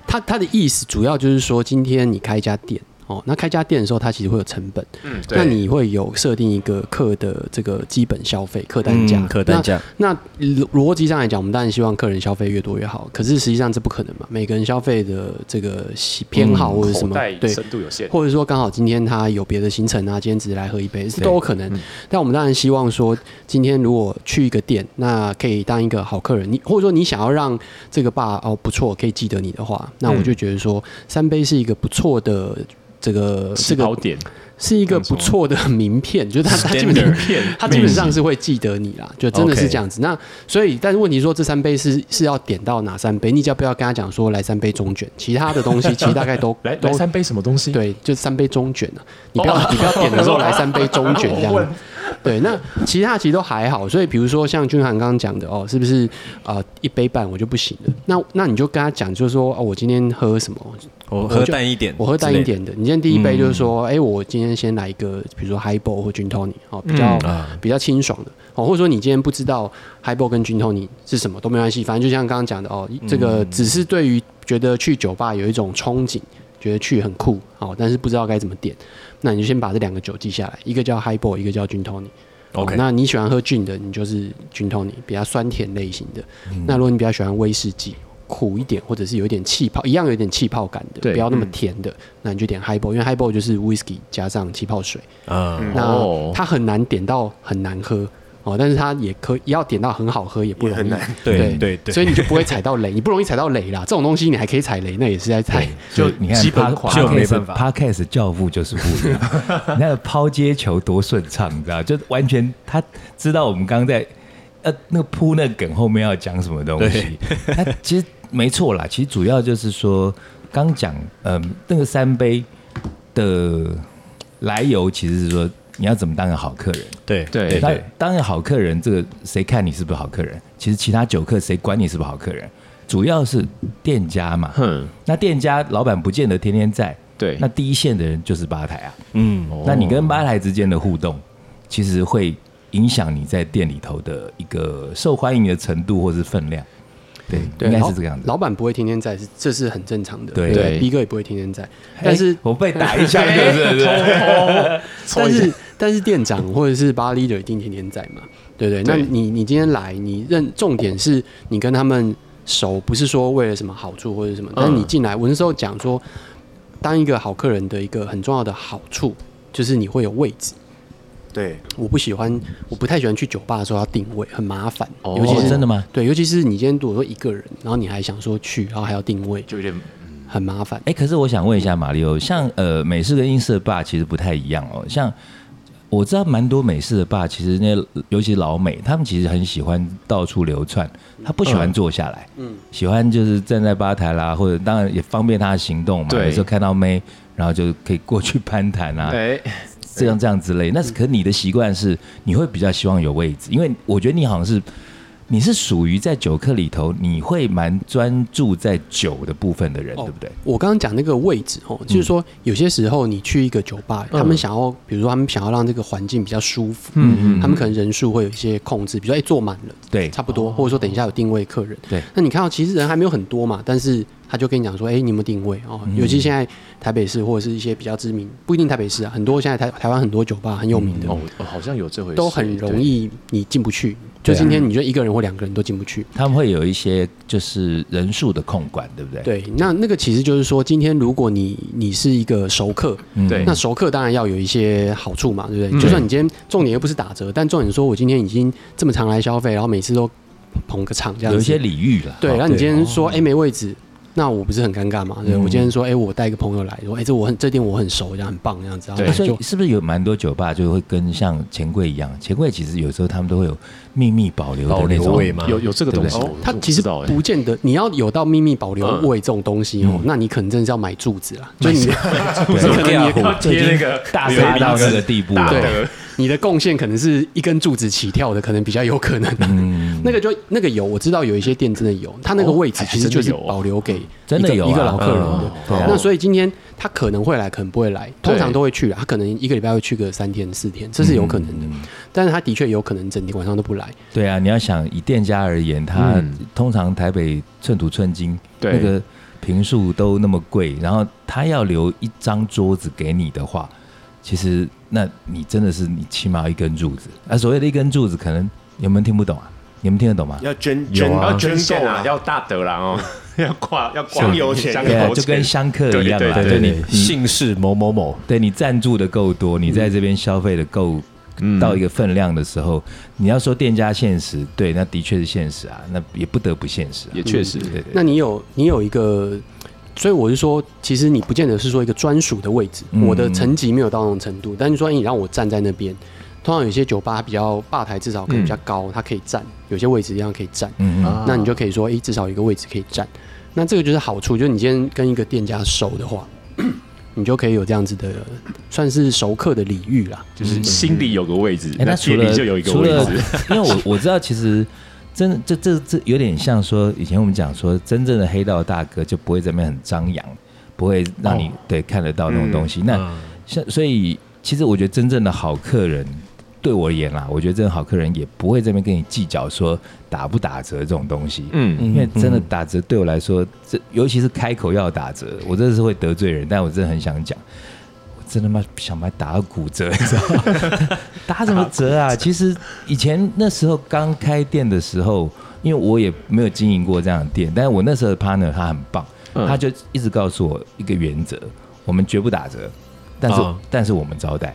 Speaker 6: 他他的意思主要就是说，今天你开一家店。哦，那开家店的时候，它其实会有成本，
Speaker 2: 嗯，对
Speaker 6: 那你会有设定一个客的这个基本消费客单价，
Speaker 3: 嗯客单价
Speaker 6: 那。那逻逻辑上来讲，我们当然希望客人消费越多越好，可是实际上这不可能嘛，每个人消费的这个喜偏好
Speaker 3: 嗯
Speaker 6: 或者什
Speaker 2: 口
Speaker 6: 么，
Speaker 2: 袋
Speaker 6: 对，
Speaker 2: 深度有限，
Speaker 6: 或者说刚好今天他有别的行程啊，今天只是来喝一杯，是都有可能。
Speaker 2: 嗯
Speaker 6: 但我们当然希望说，今天如果去一个店，那可以当一个好客人，你或者说你想要让这个爸哦不错，可以记得你的话，那我就
Speaker 2: 嗯
Speaker 6: 觉得说，三杯是一个不错的。这个
Speaker 2: 起
Speaker 6: 这个
Speaker 2: 跑点
Speaker 6: 是一个不错的名片，就是他他基本上 (laughs) 他基本
Speaker 2: 嗯
Speaker 6: 上是会记得你啦，就真的是这样子。那所以，但是问题说这三杯是是要点到哪三杯？你只要不要跟他讲说来三杯中卷，其他的东西其实大概都
Speaker 2: (laughs) 来
Speaker 6: 都
Speaker 2: 来三杯什么东西？
Speaker 6: 对，就三杯中卷啊！你不要、你不要点的时候来三杯中卷这样子。对，那其他其实都还好，所以比如说像君涵刚刚讲的哦，是不是啊、呃一杯半我就不行了？那那你就跟他讲，就是说哦，我今天喝什么，
Speaker 3: 我喝
Speaker 6: 就
Speaker 3: 淡一点，
Speaker 6: 我喝淡一，点的。你今天第一杯就是说，哎、我今天先来一个，比如说 High Ball 或 Gin Tonic 哦，比较、比较清爽的哦，或者说你今天不知道 High Ball 跟 Gin Tonic 是什么都没关系，反正就像刚刚讲的哦，这个只是对于觉得去酒吧有一种憧憬，觉得去很酷哦，但是不知道该怎么点，那你就先把这两个酒记下来，一个叫 High Ball，一个叫 Gin Tonic。
Speaker 3: OK
Speaker 6: 哦那你喜欢喝 gin 的，你就是 gin tonic，比较酸甜类型的。那如果你比较喜欢威士忌，苦一点，或者是有一点气泡，一样有一点气泡感的，
Speaker 2: 对
Speaker 6: 不要那么甜的，那你就点 highball，因为 highball 就是 whisky 加上气泡水，
Speaker 3: 嗯，
Speaker 6: 那
Speaker 2: 哦
Speaker 6: 它很难点到很难喝哦，但是它也可以要点到很好喝也不容易，
Speaker 1: 也很难
Speaker 3: 对对对，
Speaker 6: 所以你就不会踩到雷，你不容易踩到雷啦。这种东西你还可以踩雷，那也是在踩，
Speaker 4: 就你看
Speaker 3: 基本
Speaker 4: pa-
Speaker 3: 款就没办
Speaker 4: podcast
Speaker 3: 法
Speaker 4: podcast 教父就是不一样，你那个抛接球多顺畅，你知道，就完全他知道我们刚刚在呃那个铺那个梗后面要讲什么东西，他其实没错啦，其实主要就是说刚讲呃那个三杯的来由，其实是说你要怎么当个好客人。
Speaker 3: 对
Speaker 2: 对
Speaker 6: 哎
Speaker 3: 对
Speaker 4: 那
Speaker 3: 对，
Speaker 4: 当然，好客人这个谁看你是不是好客人？其实其他酒客谁管你是不是好客人？主要是店家嘛。
Speaker 2: 哼，
Speaker 4: 那店家老板不见得天天在，
Speaker 2: 对
Speaker 4: 那，第一线的人就是吧台啊。
Speaker 3: 嗯，
Speaker 4: 那你跟吧台之间的互动，其实会影响你在店里头的一个受欢迎的程度或是分量。对，
Speaker 6: 对，
Speaker 4: 应该
Speaker 6: 老
Speaker 4: 是这个样子。
Speaker 6: 老板不会天天在，是这是很正常的。
Speaker 4: 对
Speaker 2: 对
Speaker 6: 逼哥也不会天天在，但是
Speaker 4: 哎我被打一下，是不是是不是？
Speaker 6: 但是 (laughs) 但是店长或者是巴 leader 一定天天在嘛，对不对？那
Speaker 2: 对
Speaker 6: 你你今天来，你认重点是你跟他们熟，不是说为了什么好处或者什么。但是你进来，我那时候讲说，当一个好客人的一个很重要的好处就是你会有位置。
Speaker 1: 对，
Speaker 6: 我不喜欢，我不太喜欢去酒吧的时候要定位，很麻烦。
Speaker 2: 哦
Speaker 6: 尤其是
Speaker 4: 哦真的吗？
Speaker 6: 对，尤其是你今天如果说一个人，然后你还想说去，然后还要定位，
Speaker 2: 就有点
Speaker 6: 很麻烦。
Speaker 4: 哎、可是我想问一下马里欧，像呃美式跟英式的吧其实不太一样哦。像我知道蛮多美式的吧，其实那尤其老美，他们其实很喜欢到处流窜，他不喜欢坐下来，
Speaker 6: 嗯，
Speaker 4: 喜欢就是站在吧台啦，或者当然也方便他的行动嘛。
Speaker 2: 对
Speaker 4: 有时候看到妹，然后就可以过去攀谈啊，
Speaker 2: 哎，
Speaker 4: 这样这样之类。
Speaker 6: 嗯
Speaker 4: 那是可你的习惯是，你会比较希望有位置，因为我觉得你好像是。你是属于在酒客里头，你会蛮专注在酒的部分的人，
Speaker 6: 哦
Speaker 4: 对不对？
Speaker 6: 我刚刚讲那个位置哦，就是说
Speaker 4: 嗯
Speaker 6: 有些时候你去一个酒吧，他们想要，比如说他们想要让这个环境比较舒服，
Speaker 4: 嗯
Speaker 6: 他们可能人数会有一些控制，比如说哎坐满了，
Speaker 4: 对哦
Speaker 6: 差不多，或者说等一下有定位客人，
Speaker 4: 对
Speaker 6: 那你看到其实人还没有很多嘛，但是他就跟你讲说，哎，你有没有定位哦？
Speaker 4: 嗯
Speaker 6: 尤其现在台北市或者是一些比较知名，不一定台北市啊，很多现在台台湾很多酒吧很有
Speaker 4: 嗯
Speaker 6: 名的，
Speaker 2: 哦，哦好像有这回事，
Speaker 6: 都很容易你进不去，就
Speaker 4: 对啊
Speaker 6: 今天你就一个人或两个人都进不去，
Speaker 4: 他们会有一些就是人数的控管，对不对？，
Speaker 6: 对，那那个其实就是说，今天如果你你是一个熟客，
Speaker 4: 嗯
Speaker 2: 对
Speaker 6: 那熟客当然要有一些好处嘛，对不对？
Speaker 2: 嗯
Speaker 6: 就算你今天重点又不是打折，但重点说我今天已经这么常来消费，然后每次都捧个场这样子，
Speaker 4: 有一些礼遇了。
Speaker 6: 对。
Speaker 4: 哦
Speaker 6: 然后你今天说哎、诶没位置，那我不是很尴尬嘛？对不对，我今天说哎、诶我带一个朋友来，说哎、诶这我很这店我很熟，这样很棒这样子，然
Speaker 4: 那
Speaker 6: 后
Speaker 4: 所
Speaker 6: 哎就
Speaker 4: 以是不是有蛮多酒吧就会跟像钱柜一样？钱柜其实有时候他们都会有秘密保留的那
Speaker 3: 保留位
Speaker 4: 种
Speaker 3: 嘛
Speaker 2: 有有这个东西
Speaker 4: 对不，
Speaker 2: 我
Speaker 6: 他
Speaker 2: 我
Speaker 6: 其
Speaker 2: 不
Speaker 6: 实
Speaker 2: 知道哎
Speaker 6: 不见得，你要有到秘密保留
Speaker 2: 嗯
Speaker 6: 位这种东西哦，那你可能真的是要买柱子啦，就你 (laughs)
Speaker 4: 对
Speaker 6: 可能也
Speaker 5: 要贴那个
Speaker 4: 大
Speaker 5: 琉
Speaker 4: 杀
Speaker 5: 璃
Speaker 4: 到
Speaker 5: 纸
Speaker 4: 这个地步了。
Speaker 6: 对你的贡献可能是一根柱子起跳的，可能比较有可能、啊
Speaker 4: 嗯
Speaker 6: 那个就那个有，我知道有一些店真的有，他那个位置其实就
Speaker 2: 还真
Speaker 6: 是
Speaker 2: 的有哦
Speaker 6: 保留给一个
Speaker 4: 真的有啊
Speaker 6: 一个老客人的
Speaker 4: 嗯。对啊
Speaker 6: 那所以今天他可能会来，可能不会来，通常
Speaker 2: 对
Speaker 6: 都会去啦。他可能一个礼拜会去个三天四天，这是
Speaker 4: 嗯
Speaker 6: 有可能的。但是他的确有可能整天晚上都不来。
Speaker 4: 对啊，你要想以店家而言，他通常台北寸土寸金，
Speaker 2: 对
Speaker 4: 那个平数都那么贵，然后他要留一张桌子给你的话，其实那你真的是你起码要一根柱子。啊，所谓的一根柱子，可能你们听不懂啊？你们听得懂吗？
Speaker 1: 要捐
Speaker 3: 有
Speaker 1: 捐
Speaker 3: 啊
Speaker 1: 要
Speaker 5: 捐
Speaker 1: 捐
Speaker 5: 献
Speaker 1: 够
Speaker 5: 啊
Speaker 1: 啊，，
Speaker 5: 要大德啦
Speaker 2: (laughs)
Speaker 5: 哦，要挂要挂
Speaker 1: 香油钱
Speaker 5: 香
Speaker 4: 对啊，
Speaker 5: 油
Speaker 4: 就跟
Speaker 5: 钱
Speaker 4: 香客一样嘛，
Speaker 5: 对
Speaker 4: 就
Speaker 5: 对
Speaker 4: 你
Speaker 3: 对，
Speaker 4: 你
Speaker 3: 姓氏某某某，
Speaker 4: 对你赞助的够多，你在这边消费的够嗯到一个分量的时候，你要说店家现实，对，那的确是现实啊，那也不得不现实啊。
Speaker 2: 也确实
Speaker 4: 对对对
Speaker 6: 那你有你有一个，所以我是说，其实你不见得是说一个专属的位置，
Speaker 4: 嗯
Speaker 6: 我的层级没有到那种程度，但是说你让我站在那边，通常有些酒吧它比较吧台至少可能比较高，它可以站，有些位置一样可以站，
Speaker 4: 嗯嗯，
Speaker 6: 那你就可以说，诶，至少有一个位置可以站。那这个就是好处，就是你今天跟一个店家熟的话。 (clears throat) 你就可以有这样子的，算是熟客的礼遇啦。
Speaker 2: 就是心里有个位置，
Speaker 4: 哎，那除
Speaker 2: 心
Speaker 4: 了
Speaker 2: 里就有一个
Speaker 4: 除
Speaker 2: 位
Speaker 4: 了
Speaker 2: 置，
Speaker 4: (laughs) 因为我我知道，其实真的这这这有点像说，以前我们讲说，真正的黑道大哥就不会这边很张扬，不会让
Speaker 2: 哦
Speaker 4: 你、对看得到那种东西。那
Speaker 3: 嗯
Speaker 4: 像所以，其实我觉得真正的好客人。对我而言啦，我觉得真正好客人也不会这边跟你计较说打不打折这种东西，
Speaker 2: 嗯，
Speaker 4: 因为真的打折对我来说，这尤其是开口要打折，我真的是会得罪人，但我真的很想讲，我真的妈想把它打到骨折，你知道吗？打什么折啊？其实以前那时候刚开店的时候，因为我也没有经营过这样的店，但是我那时候的 partner 他很棒，
Speaker 2: 嗯
Speaker 4: 他就一直告诉我一个原则：我们绝不打折，但是、
Speaker 3: 嗯
Speaker 4: 但是我们招待。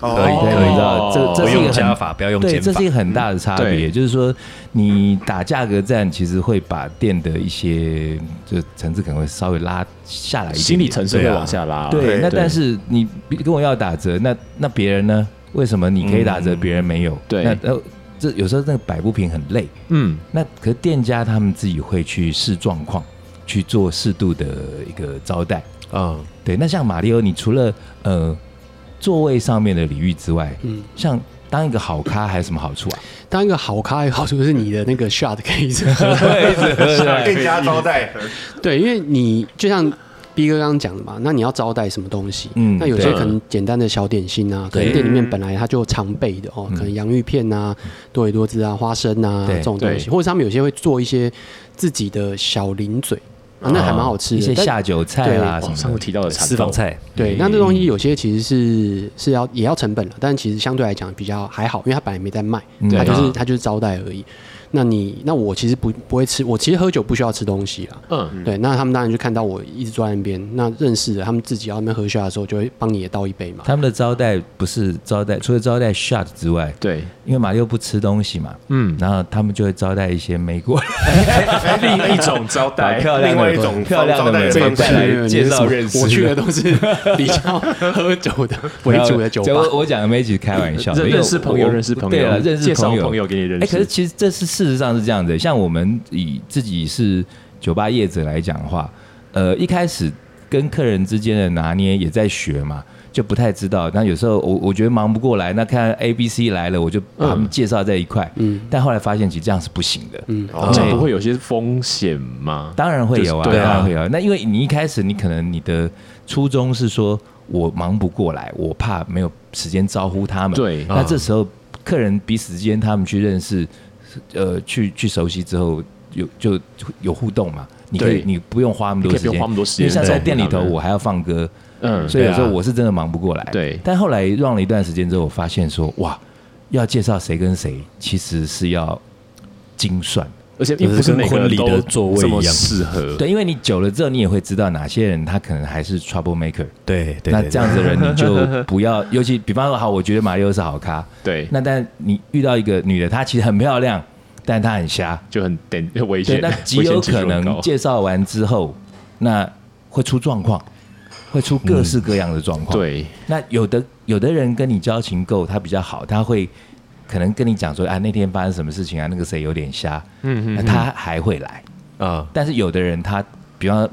Speaker 3: 可
Speaker 1: 哦
Speaker 3: 以
Speaker 4: 对，
Speaker 3: 可以
Speaker 4: 你知道，这这
Speaker 3: 不
Speaker 4: 是一
Speaker 3: 哦用
Speaker 4: 个
Speaker 3: 加
Speaker 4: 很
Speaker 3: 法，不要用
Speaker 4: 对，
Speaker 3: 减
Speaker 4: 这
Speaker 3: 法
Speaker 4: 是一。个很大的差
Speaker 2: 嗯
Speaker 4: 别，
Speaker 2: 对
Speaker 4: 就是说你打价格战，其实会把店的一些就层次可能会稍微拉下来一点点，
Speaker 2: 心理层次会
Speaker 3: 对啊
Speaker 2: 往下拉，
Speaker 4: 对，那但是你比跟我要打折，那那别人呢？为什么你可以打折，
Speaker 3: 嗯
Speaker 4: 别人没有？
Speaker 2: 对
Speaker 4: 那呃，这有时候那个摆不平很累。
Speaker 2: 嗯，
Speaker 4: 那可是店家他们自己会去视状况，去做适度的一个招待。
Speaker 2: 啊
Speaker 3: 嗯，
Speaker 4: 对，那像马里欧，你除了呃座位上面的礼遇之外，
Speaker 6: 嗯
Speaker 4: 像当一个好咖还有什么好处啊？
Speaker 6: 当一个好咖，好处就是你的那个 shot 可以一直喝
Speaker 4: 对，一直喝
Speaker 6: (laughs)
Speaker 1: 更加招待，
Speaker 6: 对，因为你就像逼哥刚刚讲的嘛，那你要招待什么东西？
Speaker 4: 嗯
Speaker 6: 那有些
Speaker 2: 对
Speaker 6: 可能简单的小点心啊，可能
Speaker 4: 对嗯
Speaker 6: 店里面本来它就常备的哦，可能洋芋片啊、多维多汁啊、花生啊
Speaker 4: 对
Speaker 6: 这种东西，
Speaker 2: 对
Speaker 6: 或者他们有些会做一些自己的小零嘴啊，那还蛮好吃
Speaker 4: 一
Speaker 6: 的。
Speaker 4: 些
Speaker 6: 但
Speaker 4: 下酒菜啦
Speaker 6: 对
Speaker 4: 什
Speaker 2: 哦上
Speaker 4: 么
Speaker 2: 次
Speaker 4: 的，
Speaker 2: 提到的
Speaker 3: 私房，菜，
Speaker 4: 嗯
Speaker 6: 对，那这东西有些其实是是要也要成本了，但其实相对来讲比较还好，因为它本来没在卖，
Speaker 4: 嗯
Speaker 6: 它就是
Speaker 3: 对
Speaker 6: 它就是招待而已。那你那我其实不不会吃，我其实喝酒不需要吃东西啦。
Speaker 2: 嗯，
Speaker 6: 对，那他们当然就看到我一直坐在那边，那认识的他们自己要那边喝下的时候，就会帮你也倒一杯嘛。
Speaker 4: 他们的招待不是招待，除了招待 shot 之外，
Speaker 2: 对，
Speaker 4: 因为马六不吃东西嘛，
Speaker 2: 嗯，哎
Speaker 4: 然后他们就会招待一些美国 (laughs)
Speaker 2: 另一种招
Speaker 4: 把 (laughs)
Speaker 2: 待，
Speaker 4: 漂亮的
Speaker 1: 另外一种
Speaker 4: 漂亮的
Speaker 1: 招待的
Speaker 4: 美国
Speaker 1: 方
Speaker 4: 带
Speaker 1: 式。
Speaker 4: 来介绍认识。
Speaker 6: 我去的都是比较喝
Speaker 4: (laughs)
Speaker 6: 酒的为主的酒
Speaker 4: 对
Speaker 6: 吧。
Speaker 4: 我我讲的没几开玩笑，
Speaker 2: 认
Speaker 4: 因为
Speaker 2: 认识朋友
Speaker 4: 我
Speaker 2: 认识朋友
Speaker 4: 对了，啊认识
Speaker 2: 介绍
Speaker 4: 友，
Speaker 2: 朋友给你认识
Speaker 4: 哎，可是其实这是事实上是这样子，像我们以自己是酒吧业者来讲的话，呃，一开始跟客人之间的拿捏也在学嘛。就不太知道，那有时候我我觉得忙不过来，那看 A、B、C 来了，我就把他们介绍在一块。嗯
Speaker 6: 嗯，
Speaker 4: 但后来发现其实这样是不行的。
Speaker 6: 嗯，
Speaker 2: 哦这样不会有些风险吗？
Speaker 4: 当然会有啊，
Speaker 2: 就是对啊
Speaker 4: 当然会有啊。那因为你一开始你可能你的初衷是说我忙不过来，我怕没有时间招呼他们。
Speaker 2: 对
Speaker 4: 那这时候客人彼此之间他们去认识，呃，去去熟悉之后有就就有互动嘛。你可以
Speaker 2: 对
Speaker 4: 你不用花那么多
Speaker 2: 你
Speaker 4: 时
Speaker 2: 可以不
Speaker 4: 间，
Speaker 2: 用花那么多时间
Speaker 4: 因为像在店里头
Speaker 2: 对啊
Speaker 4: 我还要放歌，
Speaker 2: 嗯
Speaker 4: 所以有时候
Speaker 3: 对啊
Speaker 4: 我是真的忙不过来。
Speaker 2: 对
Speaker 4: 但后来 run 了一段时间之后，我发现说哇，要介绍谁跟谁其实是要精算的。
Speaker 2: 而且又
Speaker 3: 就是
Speaker 2: 不是
Speaker 3: 跟
Speaker 2: 每个
Speaker 3: 婚
Speaker 2: 人
Speaker 3: 礼
Speaker 2: 都
Speaker 3: 的座位
Speaker 2: 这么
Speaker 3: 一样
Speaker 2: 适合，
Speaker 4: 对，因为你久了之后，你也会知道哪些人他可能还是 trouble maker。
Speaker 3: 对对，
Speaker 4: 那
Speaker 3: 对
Speaker 4: 这样子的人你就不要，尤其比方说，好，我觉得马里奥是好咖，
Speaker 2: 对，
Speaker 4: 那但你遇到一个女的，她其实很漂亮，但她很瞎，
Speaker 2: 就很等危
Speaker 4: 对，
Speaker 2: 险，
Speaker 4: 那极
Speaker 2: 危险
Speaker 4: 有
Speaker 2: 指数
Speaker 4: 可
Speaker 2: 很
Speaker 4: 能
Speaker 2: 高
Speaker 4: 介绍完之后，那会出状况，会出各式各样的状况。，
Speaker 2: 对
Speaker 4: 那有的有的人跟你交情够，他比较好，他会可能跟你讲说，啊，那天发生什么事情啊，那个谁有点瞎，嗯嗯，他还会来。
Speaker 3: 啊，
Speaker 4: 但是有的人他，比方说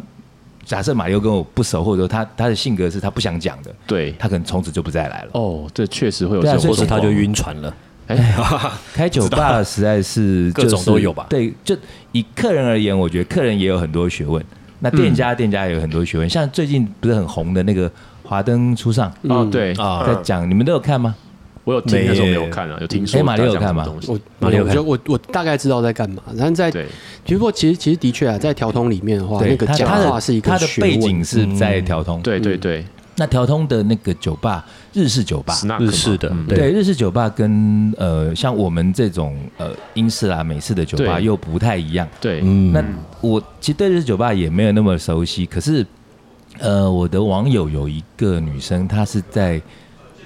Speaker 4: 假设马六跟我不熟，或者说他他的性格是他不想讲的，
Speaker 2: 对，
Speaker 4: 他可能从此就不再来了。
Speaker 2: 哦，这确实会有
Speaker 4: 对啊
Speaker 2: 这
Speaker 4: 所
Speaker 2: 种
Speaker 4: 以
Speaker 2: 状
Speaker 3: 或是
Speaker 2: 况，
Speaker 3: 他就晕船了，
Speaker 4: 开酒吧实在是、
Speaker 3: 各
Speaker 4: 就是
Speaker 3: 种都有吧
Speaker 4: 对，就以客人而言，我觉得客人也有很多学问，那店家、店家也有很多学问。像最近不是很红的那个《华灯初上》
Speaker 2: 哦，对啊，
Speaker 3: 啊
Speaker 4: 在讲，你们都有看吗？
Speaker 2: 我有听，
Speaker 3: 没
Speaker 2: 但是我没有
Speaker 3: 耶
Speaker 2: 看啊，有听
Speaker 4: 哎
Speaker 2: 说
Speaker 4: 马
Speaker 2: 大
Speaker 4: 里
Speaker 2: 家
Speaker 4: 有
Speaker 2: 讲
Speaker 4: 看
Speaker 2: 什么
Speaker 4: 吗
Speaker 2: 东西，
Speaker 6: 我
Speaker 3: 马里奥
Speaker 6: 我就我我大概知道在干嘛，然后在
Speaker 2: 对
Speaker 6: 其实不过其实其实的确啊，在调通里面的话，那个
Speaker 4: 他
Speaker 6: 讲
Speaker 4: 他
Speaker 6: 话
Speaker 4: 的
Speaker 6: 是一个
Speaker 4: 他的
Speaker 6: 学问嗯
Speaker 4: 背景是在调通，，
Speaker 2: 对对对
Speaker 4: 那调通的那个酒吧，日式酒吧，
Speaker 2: ，snack
Speaker 3: 日式的
Speaker 2: 嘛嗯，
Speaker 4: 对，日式酒吧跟呃像我们这种呃英式啊、美式的酒吧
Speaker 2: 对
Speaker 4: 又不太一样。
Speaker 2: 对，
Speaker 3: 嗯，
Speaker 4: 那我其实对日式酒吧也没有那么熟悉，可是呃，我的网友有一个女生，她是在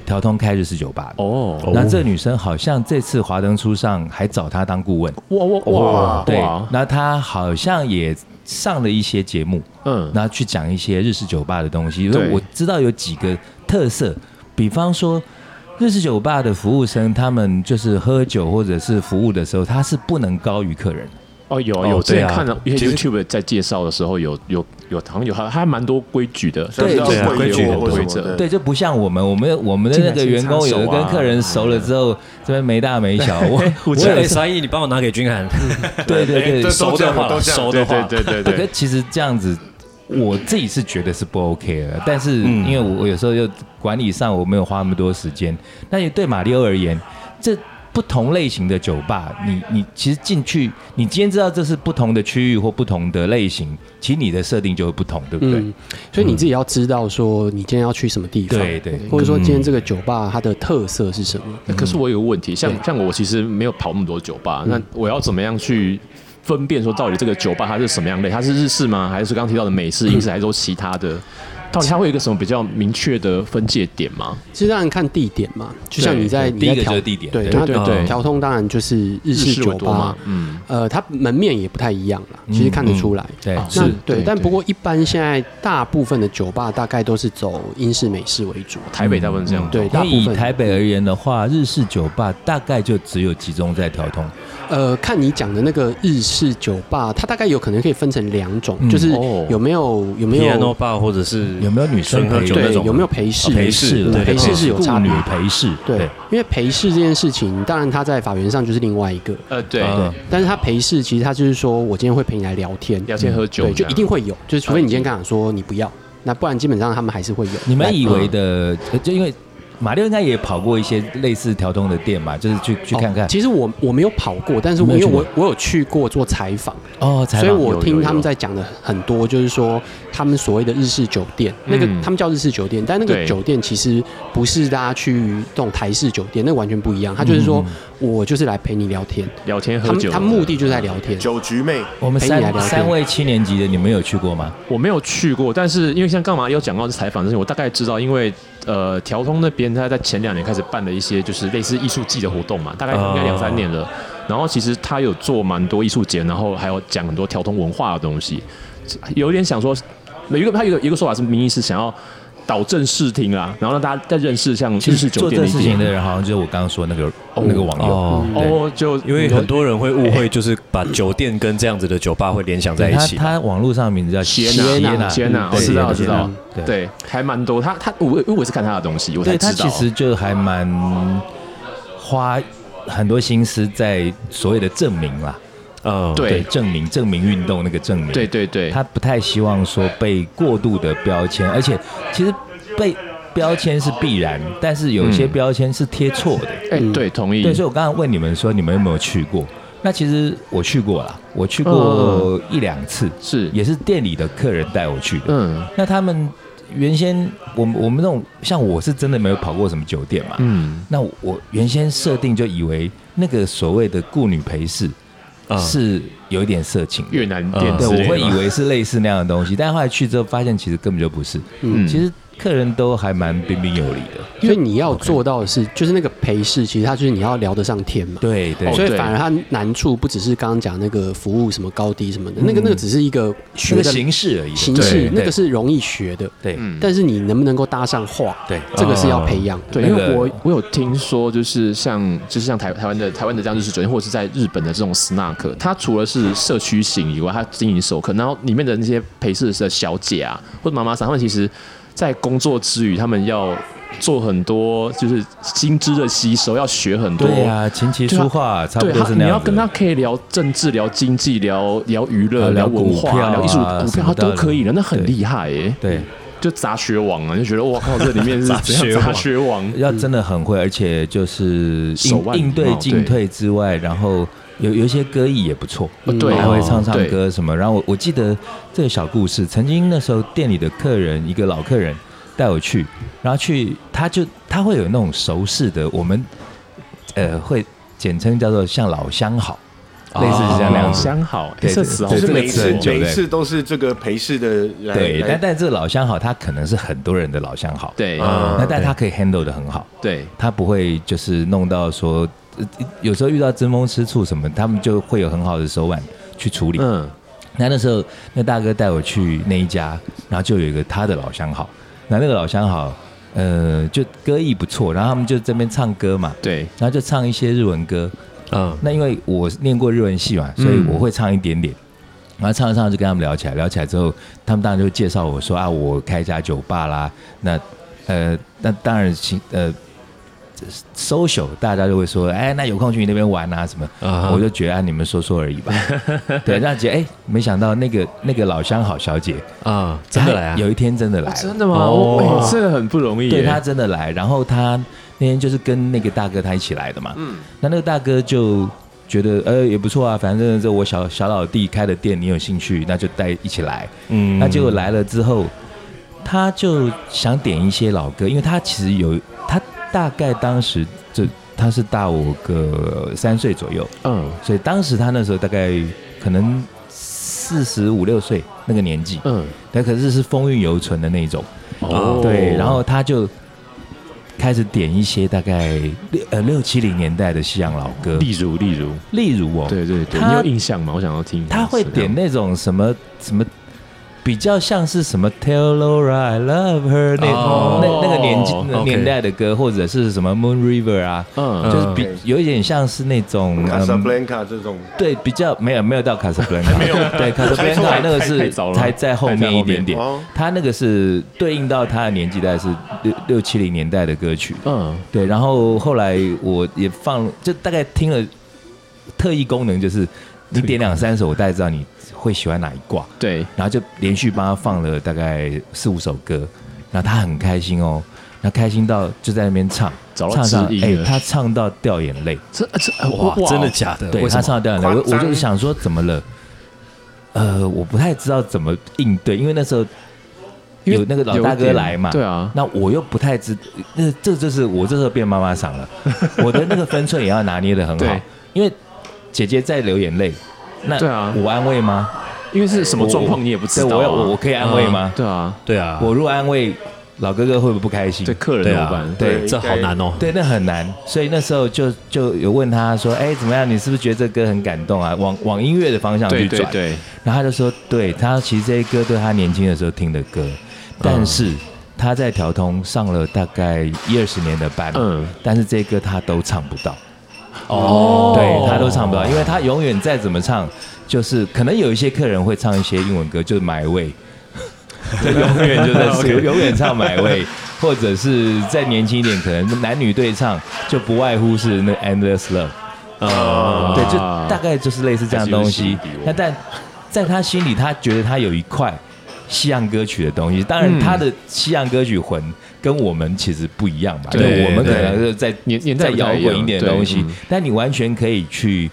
Speaker 4: 调通开日式酒吧的。
Speaker 2: 哦，
Speaker 4: 那这女生好像这次华灯初上还找她当顾问，
Speaker 2: 哇哇哇，
Speaker 4: 对
Speaker 2: 啊哇，
Speaker 4: 那她好像也上了一些节目，
Speaker 2: 嗯，
Speaker 4: 然后去讲一些日式酒吧的东西。因
Speaker 2: 对
Speaker 4: 为我知道有几个特色，比方说日式酒吧的服务生，他们就是喝酒或者是服务的时候，他是不能高于客人。
Speaker 2: 哦有
Speaker 3: 哦
Speaker 2: 有，之
Speaker 3: 对
Speaker 2: 前
Speaker 3: 啊
Speaker 2: 看了一些
Speaker 3: 其实
Speaker 2: YouTube 在介绍的时候，有有有好像有还还蛮多规矩的，
Speaker 4: 对
Speaker 2: 像是
Speaker 4: 对啊
Speaker 2: 要
Speaker 1: 规矩
Speaker 2: 有
Speaker 1: 或什么的
Speaker 2: 规则，
Speaker 4: 对，就不像我们，我们我们的那个员工有的跟客人熟了之后，这边没大没小。 (laughs) 我我
Speaker 3: 我有
Speaker 4: 也是，
Speaker 3: 三亿，你帮我拿给君涵，
Speaker 4: 对对对，
Speaker 3: 熟的话啦，熟
Speaker 2: 对
Speaker 3: 的话
Speaker 2: 对，对对
Speaker 4: 对，可
Speaker 2: 对，
Speaker 4: 其实这样子，我自己是觉得是不 OK 的。但是因为我我有时候又管理上我没有花那么多时间，那也对马里欧而言，这不同类型的酒吧，你你其实进去，你今天知道这是不同的区域或不同的类型，其实你的设定就会不同，对不对？
Speaker 6: 嗯，所以你自己要知道说你今天要去什么地方，
Speaker 4: 对嗯对
Speaker 6: 或者说今天这个酒吧它的特色是什么？
Speaker 2: (laughs) 可是我有个问题，像像我其实没有跑那么多酒吧，那我要怎么样去分辨说到底这个酒吧它是什么样类？它是日式吗？还是刚刚提到的美式、英式，还是说其他的？到底它会有一个什么比较明确的分界点吗？
Speaker 6: 其实当然看地点嘛，就像你在
Speaker 4: 对
Speaker 6: 你在
Speaker 4: 第一个
Speaker 6: 调
Speaker 4: 就是地点
Speaker 6: 对
Speaker 2: 对
Speaker 6: 它
Speaker 2: 对
Speaker 3: 对
Speaker 6: 调通当然就是日
Speaker 2: 式
Speaker 6: 式酒
Speaker 2: 为多
Speaker 6: 吧
Speaker 2: 嘛，嗯，
Speaker 6: 呃，它门面也不太一样啦，其实看得出来。
Speaker 4: 对，
Speaker 2: 哦
Speaker 6: 那
Speaker 2: 是
Speaker 6: 对
Speaker 2: 对，
Speaker 6: 但
Speaker 2: 对
Speaker 6: 不过一般现在大部分的酒吧大概都是走英式、美式为主，
Speaker 2: 台北大部分这样，
Speaker 6: 嗯对，
Speaker 4: 嗯因
Speaker 6: 大
Speaker 4: 为
Speaker 6: 部
Speaker 4: 以
Speaker 6: 分
Speaker 4: 台北而言的话，日式酒吧大概就只有集中在调通，
Speaker 6: 呃，看你讲的那个日式酒吧，它大概有可能可以分成两种，
Speaker 4: 嗯
Speaker 6: 就是
Speaker 2: 哦
Speaker 6: 有没有有没
Speaker 3: piano
Speaker 6: 有
Speaker 3: bar 或者是
Speaker 4: 有没有女生
Speaker 3: 纯喝
Speaker 4: 陪
Speaker 3: 酒
Speaker 4: 的
Speaker 3: 那
Speaker 6: 对
Speaker 3: 种？
Speaker 6: 有没有陪侍？
Speaker 3: 陪
Speaker 4: 侍
Speaker 3: 侍
Speaker 4: 啦
Speaker 6: 对陪侍是有
Speaker 4: 顾
Speaker 6: 差
Speaker 4: 女
Speaker 6: 别。
Speaker 4: 陪侍，
Speaker 6: 对，因为陪侍这件事情，当然它在法源上就是另外一个，
Speaker 2: 呃，对，
Speaker 4: 对
Speaker 6: 但是它陪侍其实它就是说我今天会陪你来聊天，
Speaker 2: 聊天喝酒
Speaker 6: 对，
Speaker 2: 这
Speaker 6: 就
Speaker 2: 样，啊
Speaker 6: 一定会有，就是除非你今天刚想说你不要，那不然基本上他们还是会有。嗯
Speaker 4: 你们以为的，呃就因为马六应该也跑过一些类似调通的店嘛，就是去去看看
Speaker 6: 哦。其实我我没有跑过，但是
Speaker 4: 没
Speaker 6: 我
Speaker 4: 有
Speaker 6: 因为
Speaker 4: 去过
Speaker 6: 我我有去过做采访，
Speaker 4: 哦，采
Speaker 6: 所以
Speaker 4: 访
Speaker 6: 我
Speaker 2: 有有
Speaker 6: 听他
Speaker 2: 有
Speaker 6: 们在讲的很多，就是说他们所谓的日式酒店，那个
Speaker 2: 嗯
Speaker 6: 他们叫日式酒店，但那个
Speaker 2: 对
Speaker 6: 酒店其实不是大家去这种台式酒店，那完全不一样。他就是说
Speaker 4: 嗯
Speaker 6: 我就是来陪你聊天，
Speaker 2: 聊天
Speaker 6: 他
Speaker 2: 喝
Speaker 6: 们
Speaker 2: 酒，嗯
Speaker 6: 他目的就是在聊天。
Speaker 1: 酒局妹，
Speaker 4: 我们
Speaker 6: 陪你来
Speaker 4: 三
Speaker 6: 聊天
Speaker 4: 三位七年级的，你们有去过吗？
Speaker 2: 我没有去过，但是因为像干嘛有讲到这采访之前，我大概知道，因为呃调通那边他在前两年开始办了一些就是类似艺术季的活动嘛，大概应该两三年了。然后其实他有做蛮多艺术节，然后还有讲很多调通文化的东西，有点想说，有一个他有一个一个说法是，名义是想要导正视听啦，然后让大家再认识像日式酒
Speaker 4: 做这
Speaker 2: 店
Speaker 4: 个
Speaker 2: 的
Speaker 4: 事情的人，好像就是我刚刚说那个那个网友。
Speaker 3: 哦，
Speaker 4: 对
Speaker 2: 哦，就
Speaker 3: 因为很多人会误会，就是把酒店跟这样子的酒吧会联想在一
Speaker 4: 他
Speaker 3: 起。
Speaker 4: 他网络上的名字叫
Speaker 2: 谢
Speaker 4: 谢
Speaker 2: 娜，谢娜，我哦知道，我知道，
Speaker 4: 对
Speaker 2: 嗯对，还蛮多。他他我因为我是看他的东西，我才
Speaker 4: 对
Speaker 2: 知
Speaker 4: 他
Speaker 2: 道。
Speaker 4: 其实就还蛮花很多心思在所谓的证明啦，
Speaker 3: 嗯，
Speaker 2: 对
Speaker 4: 证明证明运动那个证明，
Speaker 2: 对对对，
Speaker 4: 他不太希望说被过度的标签，而且其实被标签是必然，但是有些
Speaker 2: 嗯
Speaker 4: 标签是贴错的。
Speaker 2: 哎，对，同意。
Speaker 4: 嗯对，所以我刚刚问你们说你们有没有去过？那其实我去过啦，我去过一两次，
Speaker 2: 是
Speaker 4: 也是店里的客人带我去的。
Speaker 2: 嗯
Speaker 4: 那他们原先我们我们那种像我是真的没有跑过什么酒店嘛，
Speaker 2: 嗯，
Speaker 4: 那我原先设定就以为那个所谓的顾女陪侍
Speaker 3: 嗯
Speaker 4: 是有一点色情的
Speaker 2: 越南店
Speaker 4: 嗯对，
Speaker 2: 之类
Speaker 4: 我
Speaker 2: 的
Speaker 4: 会以
Speaker 2: 吗
Speaker 4: 为是类似那样的东西，但后来去之后发现其实根本就不是。
Speaker 2: 嗯
Speaker 4: 其实客人都还蛮彬彬有礼的。
Speaker 6: 所以你要做到的是，就是那个陪侍，其实他就是你要聊得上天嘛。
Speaker 4: 对对，
Speaker 2: 哦
Speaker 6: 所以
Speaker 2: 对
Speaker 6: 反而它难处不只是刚刚讲那个服务什么高低什么的，那个那个只是一个
Speaker 4: 嗯那
Speaker 6: 学
Speaker 4: 个
Speaker 6: 的
Speaker 4: 形式而已，
Speaker 6: 形
Speaker 4: 对
Speaker 6: 式，那
Speaker 4: 对
Speaker 6: 个是容易学的。
Speaker 4: 对
Speaker 2: 嗯
Speaker 6: 但是你能不能够搭上话，
Speaker 4: 对
Speaker 6: 这个是要培养的。
Speaker 2: 对，
Speaker 4: 那
Speaker 2: 因
Speaker 4: 个
Speaker 2: 为我我有听说，就是像就是像台台湾的台湾的这样日式酒店，或者是在日本的这种 snack，它除了是社区型以外，它经营授课，然后里面的那些陪侍的小姐啊，或者妈妈桑，他们其实在工作之余，他们要做很多就是新知的吸收，要学很多。
Speaker 4: 对啊，琴棋
Speaker 2: 对啊
Speaker 4: 书画差不
Speaker 2: 对
Speaker 4: 多
Speaker 2: 他，
Speaker 4: 是
Speaker 2: 你
Speaker 4: 那
Speaker 2: 要
Speaker 4: 样子
Speaker 2: 跟他可以聊政治、聊经济、聊聊娱
Speaker 4: 啊
Speaker 2: 乐、
Speaker 4: 聊
Speaker 2: 文化、
Speaker 4: 股票啊
Speaker 2: 聊艺术、股
Speaker 4: 什
Speaker 2: 票，
Speaker 4: 么
Speaker 2: 他
Speaker 4: 的
Speaker 2: 都可以了，那很
Speaker 4: 对
Speaker 2: 厉害耶！
Speaker 4: 对，
Speaker 2: 就杂学王啊，就觉得哇靠，这里
Speaker 4: (laughs)
Speaker 2: 面是杂
Speaker 3: 学王
Speaker 2: 杂学王，
Speaker 4: 要真的很会，而且就是
Speaker 2: 嗯手
Speaker 4: 应
Speaker 2: 腕
Speaker 4: 应对
Speaker 2: 哦
Speaker 4: 进
Speaker 2: 对
Speaker 4: 退之外，然后有有一些歌艺也不错。
Speaker 2: 哦对，
Speaker 4: 还会唱
Speaker 2: 对
Speaker 4: 唱歌什么。然后我我记得这个小故事，曾经那时候店里的客人，一个老客人带我去，然后去他就他会有那种熟识的，我们呃会简称叫做像老相好，类似是这样那样
Speaker 2: 两
Speaker 4: 子。
Speaker 2: 哦相好，
Speaker 4: 啊对
Speaker 2: 这词好
Speaker 1: 就是
Speaker 4: 对这个
Speaker 1: 每一
Speaker 4: 词
Speaker 1: 次
Speaker 4: 很久
Speaker 1: 每一
Speaker 4: 对
Speaker 1: 次都是这个陪侍的来
Speaker 4: 对，
Speaker 1: 来
Speaker 4: 但但这个老相好，他可能是很多人的老相好，
Speaker 2: 哎对
Speaker 1: 啊
Speaker 4: 那但他可以 handle 的很好，
Speaker 2: 对
Speaker 4: 他不会就是弄到说，呃有时候遇到争风吃醋什么，他们就会有很好的手腕去处理。
Speaker 2: 嗯，
Speaker 4: 那那时候，那大哥带我去那一家，然后就有一个他的老相好，那那个老相好，呃，就歌艺不错，然后他们就这边唱歌嘛，
Speaker 2: 对，
Speaker 4: 然后就唱一些日文歌。
Speaker 3: 嗯，
Speaker 4: 那因为我念过日文系嘛，所以我会唱一点点。
Speaker 3: 嗯
Speaker 4: 然后唱着唱着就跟他们聊起来，聊起来之后，他们当然就介绍我说啊，我开一家酒吧啦。那呃，那当然行呃，social 大家就会说，哎，那有空去你那边玩啊什么。
Speaker 3: 啊哈
Speaker 4: 我就觉得啊，你们说说而已
Speaker 3: (laughs)
Speaker 4: 吧。对，那姐哎，没想到那个那个老相好小姐
Speaker 3: 啊，真的来啊
Speaker 4: 她，有一天真的来了，
Speaker 2: 真的吗？哦，这个很不容易耶，
Speaker 4: 对他真的来，然后他那天就是跟那个大哥他一起来的嘛。嗯，那那个大哥就觉得呃也不错啊，反正这我小小老弟开的店，你有兴趣那就带一起来。
Speaker 3: 嗯
Speaker 4: 那结果来了之后，他就想点一些老歌，因为他其实有他大概当时就他是大我个三岁左右，
Speaker 2: 嗯
Speaker 4: 所以当时他那时候大概可能四十五六岁那个年纪，
Speaker 2: 嗯，
Speaker 4: 那可是是风韵犹存的那种。
Speaker 2: 哦
Speaker 4: 啊对，然后他就开始点一些大概六呃六七零年代的西洋老歌，
Speaker 2: 例如例如，
Speaker 4: 例如哦，
Speaker 2: 对对对，
Speaker 4: 他
Speaker 2: 你有印象吗？我想要听，
Speaker 4: 他会点那种什么什么。比较像是什么 Tell Laura I Love Her 那、
Speaker 3: 哦
Speaker 4: 那那个年纪、
Speaker 3: OK
Speaker 4: 年代的歌，或者是什么 Moon River 啊，
Speaker 2: 嗯，
Speaker 3: 嗯
Speaker 4: 就是比有一点像是那种
Speaker 1: 卡
Speaker 4: 嗯
Speaker 1: 萨布兰卡这种，
Speaker 4: 对，比较没有没有到卡萨布兰卡，没有对卡萨布兰
Speaker 1: 太
Speaker 4: 卡那个
Speaker 2: 太太
Speaker 4: 是
Speaker 2: 早了
Speaker 4: 才在后面一点点
Speaker 1: 太在后面哦，
Speaker 4: 他那个是对应到他的年纪大概是六六七零年代的歌曲，
Speaker 2: 嗯
Speaker 4: 对，然后后来我也放，就大概听了特异功能，就是你点两三首，我大概知道你会喜欢哪一挂，
Speaker 2: 对，
Speaker 4: 然后就连续帮他放了大概四五首歌，然后他很开心哦，然后开心到就在那边唱，
Speaker 2: 找到
Speaker 4: 唱唱，
Speaker 2: 知音
Speaker 4: 哎、
Speaker 2: 了
Speaker 4: 他唱到掉眼泪，
Speaker 2: 这这呃
Speaker 3: 哇，真的假的？
Speaker 4: 对
Speaker 3: 为什
Speaker 4: 他
Speaker 3: 么
Speaker 4: 唱到掉眼泪，我我就想说怎么了？呃，我不太知道怎么应对，因为那时候
Speaker 6: 因为
Speaker 4: 有那个老大
Speaker 6: 有
Speaker 4: 哥
Speaker 6: 点
Speaker 4: 来嘛，
Speaker 2: 对啊，
Speaker 4: 那我又不太知，那这就是我这时候变妈
Speaker 2: (laughs)
Speaker 4: 妈嗓了，我的那个分寸也要拿捏的很好
Speaker 2: 对，
Speaker 4: 因为姐姐在流眼泪，那
Speaker 2: 对啊
Speaker 4: 我安慰吗？
Speaker 2: 因为是什么状况你也不知
Speaker 4: 对，
Speaker 2: 道、啊，
Speaker 4: 我要我我可以安慰吗？
Speaker 2: 对啊，
Speaker 3: 对啊，
Speaker 4: 我如果安慰老哥哥会不会不开心？
Speaker 2: 对客人
Speaker 3: 对
Speaker 2: 怎么
Speaker 3: 啊
Speaker 2: 办？，
Speaker 4: 嗯对
Speaker 3: 这好难哦。
Speaker 4: 对，那很难，所以那时候就就有问他说：“哎，怎么样？你是不是觉得这歌很感动啊？”往往音乐的方向啊去
Speaker 2: 对
Speaker 4: 转。
Speaker 2: 对对，
Speaker 4: 然后他就说：“对他其实这些歌都是他年轻的时候听的歌，但
Speaker 2: 嗯
Speaker 4: 是他在调通上了大概一二十年的班，
Speaker 2: 嗯
Speaker 4: 但是这些歌他都唱不到。”
Speaker 2: 哦
Speaker 4: 对他都唱不到，因为他永远再怎么唱，就是可能有一些客人会唱一些英文歌，就是买位， (laughs) 就永远就在永远唱买位，或者是再年轻一点，可能男女对唱就不外乎是那 Endless Love，
Speaker 2: 啊
Speaker 4: 对，就大概就是类似这样的东西
Speaker 2: 还是有点心底哦。
Speaker 4: 那但在他心里，他觉得他有一块西洋歌曲的东西，当
Speaker 2: 嗯
Speaker 4: 然他的西洋歌曲魂跟我们其实不一样嘛，
Speaker 2: 对
Speaker 4: 就我们可
Speaker 3: 对
Speaker 4: 能是在
Speaker 2: 年年代
Speaker 4: 再
Speaker 2: 不
Speaker 4: 摇
Speaker 2: 太一样
Speaker 4: 滚一点的
Speaker 2: 对
Speaker 4: 东西
Speaker 2: 嗯，
Speaker 4: 但你完全可以去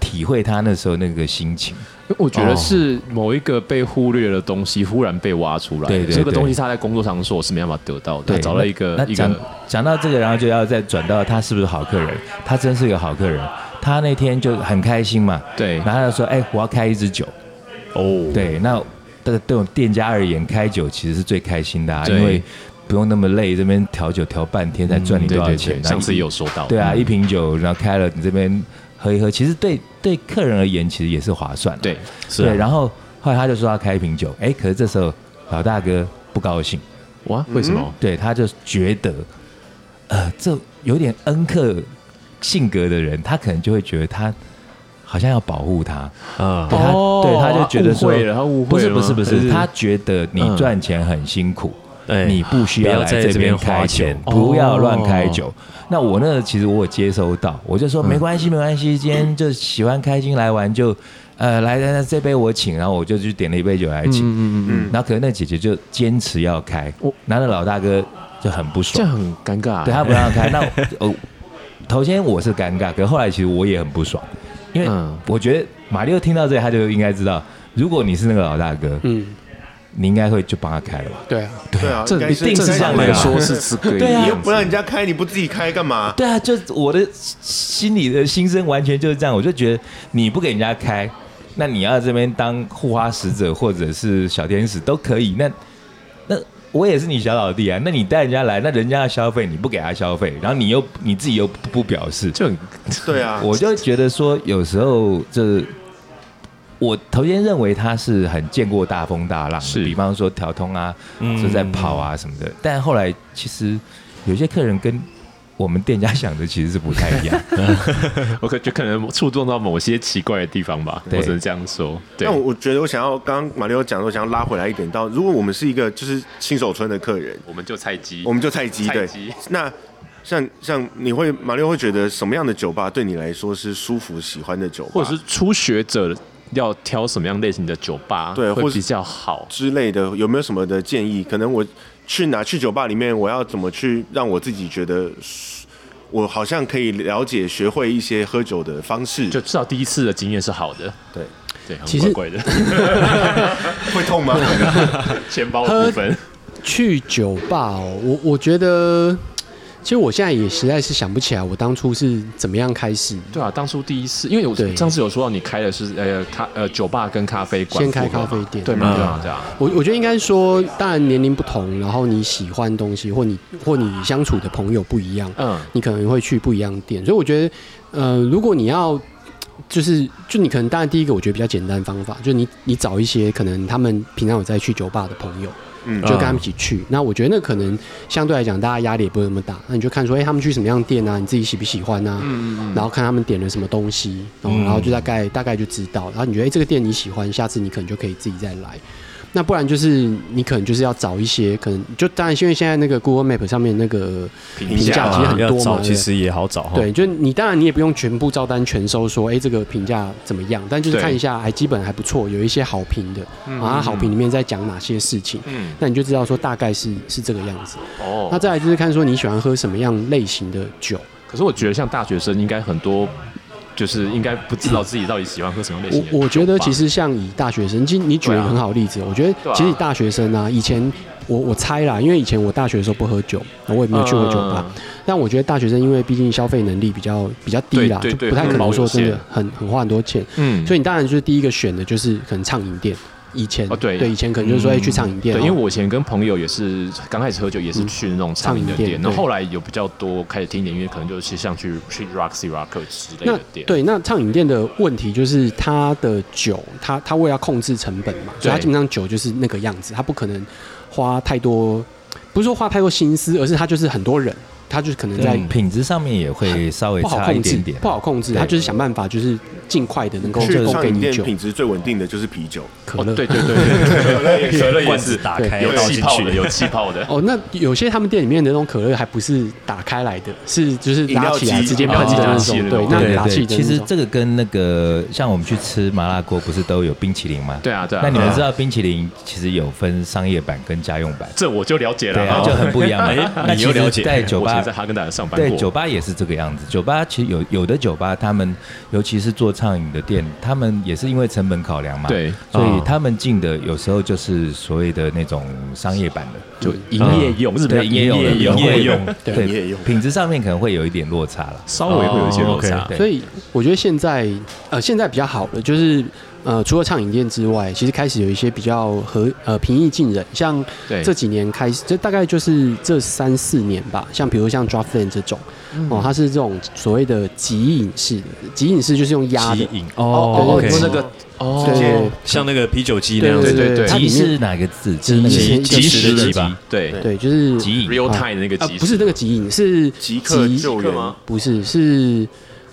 Speaker 4: 体会他那时候那个心情。
Speaker 2: 我觉得是某一个被忽略的东西忽然被挖出来，
Speaker 4: 对对对
Speaker 2: 这个东西是他在工作场所是没办法得到的，
Speaker 4: 对，
Speaker 2: 他找到一个
Speaker 4: 那那
Speaker 2: 一个
Speaker 4: 讲讲到这个，然后就要再转到他是不是好客人，他真是个好客人。他那天就很开心嘛，
Speaker 2: 对
Speaker 4: 然后他就说：“哎、我要开一支酒。”
Speaker 2: 哦，
Speaker 4: 对，那对对我们店家而言，开酒其实是最开心的、啊，
Speaker 2: 对
Speaker 4: 因为不用那么累，这边调酒调半天才赚你
Speaker 2: 对
Speaker 4: 多少
Speaker 2: 对
Speaker 4: 钱。
Speaker 2: 嗯对，
Speaker 4: 然后
Speaker 2: 上次
Speaker 4: 一
Speaker 2: 也有说到，
Speaker 4: 对啊，
Speaker 2: 嗯
Speaker 4: 一瓶酒然后开了，你这边喝一喝，其实对对客人而言，其实也是划算、啊。
Speaker 2: 对
Speaker 3: 是啊
Speaker 4: 对，然后后来他就说要开一瓶酒，哎，可是这时候老大哥不高兴，
Speaker 2: 哇，为什么？
Speaker 4: 对，他就觉得，呃，这有点恩客性格的人，他可能就会觉得他好像要保护他。
Speaker 3: 啊
Speaker 4: 对他，
Speaker 2: 哦
Speaker 4: 对他就觉得
Speaker 2: 他
Speaker 4: 说，
Speaker 2: 误会了他误会了吗
Speaker 4: 不是不是
Speaker 2: 还
Speaker 4: 不
Speaker 2: 是嗯
Speaker 4: 是，他觉得你赚钱很辛苦。
Speaker 3: 哎
Speaker 4: 你不需
Speaker 3: 不
Speaker 4: 要
Speaker 3: 要
Speaker 4: 来
Speaker 3: 在
Speaker 4: 这
Speaker 3: 这边
Speaker 4: 边开
Speaker 3: 花
Speaker 4: 酒
Speaker 3: 钱，
Speaker 4: 不要乱开酒。
Speaker 2: 哦
Speaker 4: 那我那个其实我有接收到，我就说
Speaker 2: 嗯
Speaker 4: 没关系没关系，今天就喜欢开心来玩就，呃来来来这杯我请，然后我就去点了一杯酒来请。
Speaker 6: 嗯嗯嗯
Speaker 4: 然后可能那姐姐就坚持要开，然后那老大哥就很不
Speaker 2: 这
Speaker 4: 爽
Speaker 2: 样，很尴尬、啊
Speaker 4: 对他不让开。那我哦，头先我是尴尬，可后来其实我也很不爽，因为
Speaker 2: 嗯
Speaker 4: 我觉得马六听到这里他就应该知道，如果你是那个老大哥，
Speaker 6: 嗯，
Speaker 4: 你应该会就帮他开了吧？
Speaker 6: 对啊，
Speaker 1: 对啊，
Speaker 2: 这
Speaker 1: 应该是
Speaker 4: 一定是
Speaker 1: 正
Speaker 4: 这
Speaker 1: 常
Speaker 4: 样
Speaker 1: 的
Speaker 4: 的
Speaker 2: 来
Speaker 1: 吧
Speaker 2: 说是这个
Speaker 4: 对啊
Speaker 1: 你又不让人家开，你不自己开干嘛？
Speaker 4: 对啊，就我的心里的心声完全就是这样，我就觉得你不给人家开，那你要这边当护花使者或者是小天使都可以，那那。我也是你小老弟啊，那你带人家来，那人家要消费，你不给他消费，然后你又你自己又不不表示，
Speaker 2: 就很
Speaker 1: 对啊，
Speaker 4: (laughs) 我就觉得说，有时候这我头先认为他是很见过大风大浪的，
Speaker 2: 是
Speaker 4: 比方说调通啊，
Speaker 3: 嗯
Speaker 4: 就在跑啊什么的。但后来其实有些客人跟我们店家想的其实是不太一样。
Speaker 2: 我可就可能触动到某些奇怪的地方吧，
Speaker 4: 对
Speaker 2: 我只能这样说。对
Speaker 1: 那，我我觉得我想要，刚刚马里奥讲说，想要拉回来一点到，如果我们是一个就是新手村的客人，
Speaker 2: 我们就菜鸡，
Speaker 1: 我们就菜鸡
Speaker 2: 菜
Speaker 1: 对
Speaker 2: 鸡。
Speaker 1: 那像像你会马里奥会觉得什么样的酒吧对你来说是舒服喜欢的酒吧，
Speaker 2: 或者是初学者要挑什么样类型的酒吧，
Speaker 1: 对
Speaker 2: 会
Speaker 1: 或是
Speaker 2: 比较好。
Speaker 1: 之类的，有没有什么的建议？可能我去哪去酒吧里面，我要怎么去让我自己觉得舒我好像可以了解、学会一些喝酒的方式？
Speaker 2: 就至少第一次的经验是好的，
Speaker 1: 对，
Speaker 2: 对，很
Speaker 6: 其实
Speaker 2: 怪怪的
Speaker 6: (laughs)
Speaker 1: 会痛吗？
Speaker 2: 钱包的部分，
Speaker 6: 去酒吧哦，我我觉得，其实我现在也实在是想不起来我当初是怎么样开始。
Speaker 2: 对啊，当初第一次，因为我
Speaker 6: 对
Speaker 2: 上次有说到你开的是呃咖呃酒吧跟咖啡馆
Speaker 6: 先
Speaker 2: 复合
Speaker 6: 开
Speaker 2: 嘛，
Speaker 6: 咖啡店嗯
Speaker 2: 对嘛？对啊，对啊，
Speaker 6: 我我觉得应该说，当然年龄不同，然后你喜欢东西或你或你相处的朋友不一样，
Speaker 2: 嗯，
Speaker 6: 你可能会去不一样的店。所以我觉得，呃，如果你要就是就你可能当然第一个我觉得比较简单的方法，就是你你找一些可能他们平常有在去酒吧的朋友，
Speaker 1: 嗯
Speaker 6: 就跟他们一起去。那我觉得那可能相对来讲大家压力也不会那么大。那你就看说，哎、他们去什么样的店啊？你自己喜不喜欢啊？然后看他们点了什么东西，然后然后就大概大概就知道。然后你觉得、哎这个店你喜欢，下次你可能就可以自己再来。那不然就是你可能就是要找一些可能就当然因为现在那个 Google Map 上面那个评价其实很
Speaker 3: 啊要
Speaker 6: 多嘛，
Speaker 3: 找
Speaker 6: 对不
Speaker 3: 其
Speaker 6: 对
Speaker 3: 实也好找
Speaker 2: 哦
Speaker 3: 哈。嗯
Speaker 6: 对，就你当然你也不用全部照单全收说，哎、这个评价怎么样？但就是
Speaker 2: 对
Speaker 6: 看一下，还基本还不错，有一些好评的，啊，好评里面在讲哪些事情，
Speaker 2: 嗯，
Speaker 6: 那你就知道说大概是是这个样子。
Speaker 2: 哦
Speaker 6: 那再来就是看说你喜欢喝什么样类型的酒。
Speaker 2: 可是我觉得像大学生应该很多，就是应该不知道自己到底喜欢喝什么类型的
Speaker 6: 我我觉得
Speaker 2: 酒吧啊
Speaker 6: 其实像以大学生，其实你举了一个很好的例子，我觉得
Speaker 2: 对啊
Speaker 6: 其实以大学生啊，以前我我猜啦，因为以前我大学的时候不喝酒，我也没有去过酒吧，
Speaker 2: 嗯
Speaker 6: 但我觉得大学生因为毕竟消费能力比较比较低啦，
Speaker 2: 对
Speaker 6: 就
Speaker 2: 对嗯
Speaker 6: 不太可
Speaker 2: 对
Speaker 6: 能说真
Speaker 2: 很
Speaker 6: 的很很花很多钱。
Speaker 2: 嗯，
Speaker 6: 所
Speaker 2: 以
Speaker 6: 以你当然就是第一个选的就是可能畅饮店。以前
Speaker 2: 哦对
Speaker 6: 以前可能就是说哎去畅饮店，
Speaker 2: 对，因
Speaker 6: 哦
Speaker 2: 为我以前跟朋友也是刚开始喝酒，也是去那种畅饮的
Speaker 6: 畅饮店
Speaker 2: 店，然
Speaker 6: 对
Speaker 2: 后后来有比较多开始听一点音乐，可能就是像去去 Roxy Rock 之类
Speaker 6: 那
Speaker 2: 的店，
Speaker 6: 对那畅饮店的问题就是它的酒，它它为了要控制成本嘛，所以它
Speaker 2: 对
Speaker 6: 基本上酒就是那个样子，它不可能花太多，不是说花太多心思，而是它就是很多人，它就是可能在
Speaker 2: 嗯
Speaker 4: 在品质上面也会稍微
Speaker 6: 不好
Speaker 4: 差一
Speaker 6: 控制
Speaker 4: 点点，，
Speaker 6: 不好控制，它
Speaker 4: 对
Speaker 6: 就是想办法就是尽快的能够
Speaker 1: 去
Speaker 6: 供
Speaker 1: 畅
Speaker 6: 给
Speaker 1: 饮
Speaker 6: 你
Speaker 1: 店
Speaker 6: 酒、
Speaker 1: 品质最稳定的就是啤酒，
Speaker 6: 可
Speaker 2: 哦
Speaker 6: 乐。
Speaker 2: 对对对对，可乐也可乐也
Speaker 3: 罐子
Speaker 2: 是
Speaker 3: 打开
Speaker 2: 有
Speaker 3: 倒
Speaker 2: 气
Speaker 3: 进
Speaker 2: 泡
Speaker 3: 去
Speaker 2: 的，，有气泡的。
Speaker 6: 哦，那有些他们店里面的那种可乐还不是打开来的，是就是
Speaker 1: 饮
Speaker 6: 拉
Speaker 1: 料
Speaker 6: 起来
Speaker 1: 机
Speaker 6: 直接
Speaker 2: 饮
Speaker 6: 喷
Speaker 2: 料
Speaker 6: 的
Speaker 2: 机
Speaker 6: 那
Speaker 2: 打气
Speaker 6: 种，
Speaker 2: 的
Speaker 6: 对
Speaker 2: 那，种
Speaker 6: 那
Speaker 4: 对
Speaker 6: 打气
Speaker 4: 对，
Speaker 6: 的
Speaker 4: 其
Speaker 6: 那
Speaker 4: 实
Speaker 6: 种。
Speaker 4: 这个跟那个像我们去吃麻辣锅，不是都有冰淇淋吗？
Speaker 2: 对啊对啊
Speaker 4: 那你们
Speaker 2: 对啊
Speaker 4: 知道冰淇淋其实有分商业版跟家用版，
Speaker 2: 这我就了解了，
Speaker 4: 对啊，
Speaker 2: 哦
Speaker 4: 就很不一样嘛
Speaker 3: 哎。
Speaker 4: 那
Speaker 3: 你
Speaker 4: 其
Speaker 3: 又了
Speaker 4: 实，
Speaker 3: 解
Speaker 4: 在酒
Speaker 2: 我以
Speaker 4: 吧
Speaker 2: 前在哈根达斯上班
Speaker 4: 对，
Speaker 2: 过，
Speaker 4: 酒吧也是这个样子。酒吧其实有有的酒吧，他们尤其是做畅饮的店，他们也是因为成本考量嘛，，
Speaker 2: 对啊
Speaker 4: 所以
Speaker 3: 哦
Speaker 4: 他们进的有时候就是所谓的那种商业版的，
Speaker 2: 就
Speaker 6: 嗯
Speaker 2: 营业用，日本叫
Speaker 4: 对，
Speaker 2: 嗯营
Speaker 4: 也有
Speaker 2: 业
Speaker 4: 的
Speaker 2: 用，
Speaker 4: 也有的
Speaker 6: 对
Speaker 1: 营业
Speaker 4: 对
Speaker 1: 用，
Speaker 4: 品质上面可能会有一点落差了。
Speaker 2: 稍微会有一些落
Speaker 3: 哦
Speaker 2: 差。
Speaker 4: ，OK
Speaker 6: 所以我觉得现在呃现在比较好了，就是呃除了畅饮店之外，其实开始有一些比较和呃平易近人，像
Speaker 2: 对，
Speaker 6: 这几年开始，这大概就是这三四年吧，像比如像 Draftland 这种哦，它是这种所谓的极饮式的，极饮式就是用压的
Speaker 3: 吸，引
Speaker 6: 哦
Speaker 3: 哦，OK，
Speaker 6: 对
Speaker 2: 那个
Speaker 6: 对
Speaker 1: 直接
Speaker 2: 哦，
Speaker 3: 像那个啤酒机那
Speaker 6: 对
Speaker 3: 样
Speaker 6: 对
Speaker 3: 子，
Speaker 6: 对
Speaker 2: 对对
Speaker 6: 它
Speaker 4: 即
Speaker 6: 里
Speaker 4: 是
Speaker 6: 面
Speaker 4: 哪个字？就是那
Speaker 6: 即
Speaker 4: 个
Speaker 6: 即
Speaker 2: 时
Speaker 4: 的
Speaker 2: 的
Speaker 4: 即
Speaker 2: 即
Speaker 4: 吧？
Speaker 2: 对
Speaker 6: 对，就是
Speaker 4: 即饮。
Speaker 2: ，real time 的那个
Speaker 6: 啊
Speaker 2: 即时，
Speaker 6: 不是那个极饮是
Speaker 1: 即刻救
Speaker 2: 刻
Speaker 1: 援
Speaker 2: 吗？
Speaker 6: 不是，是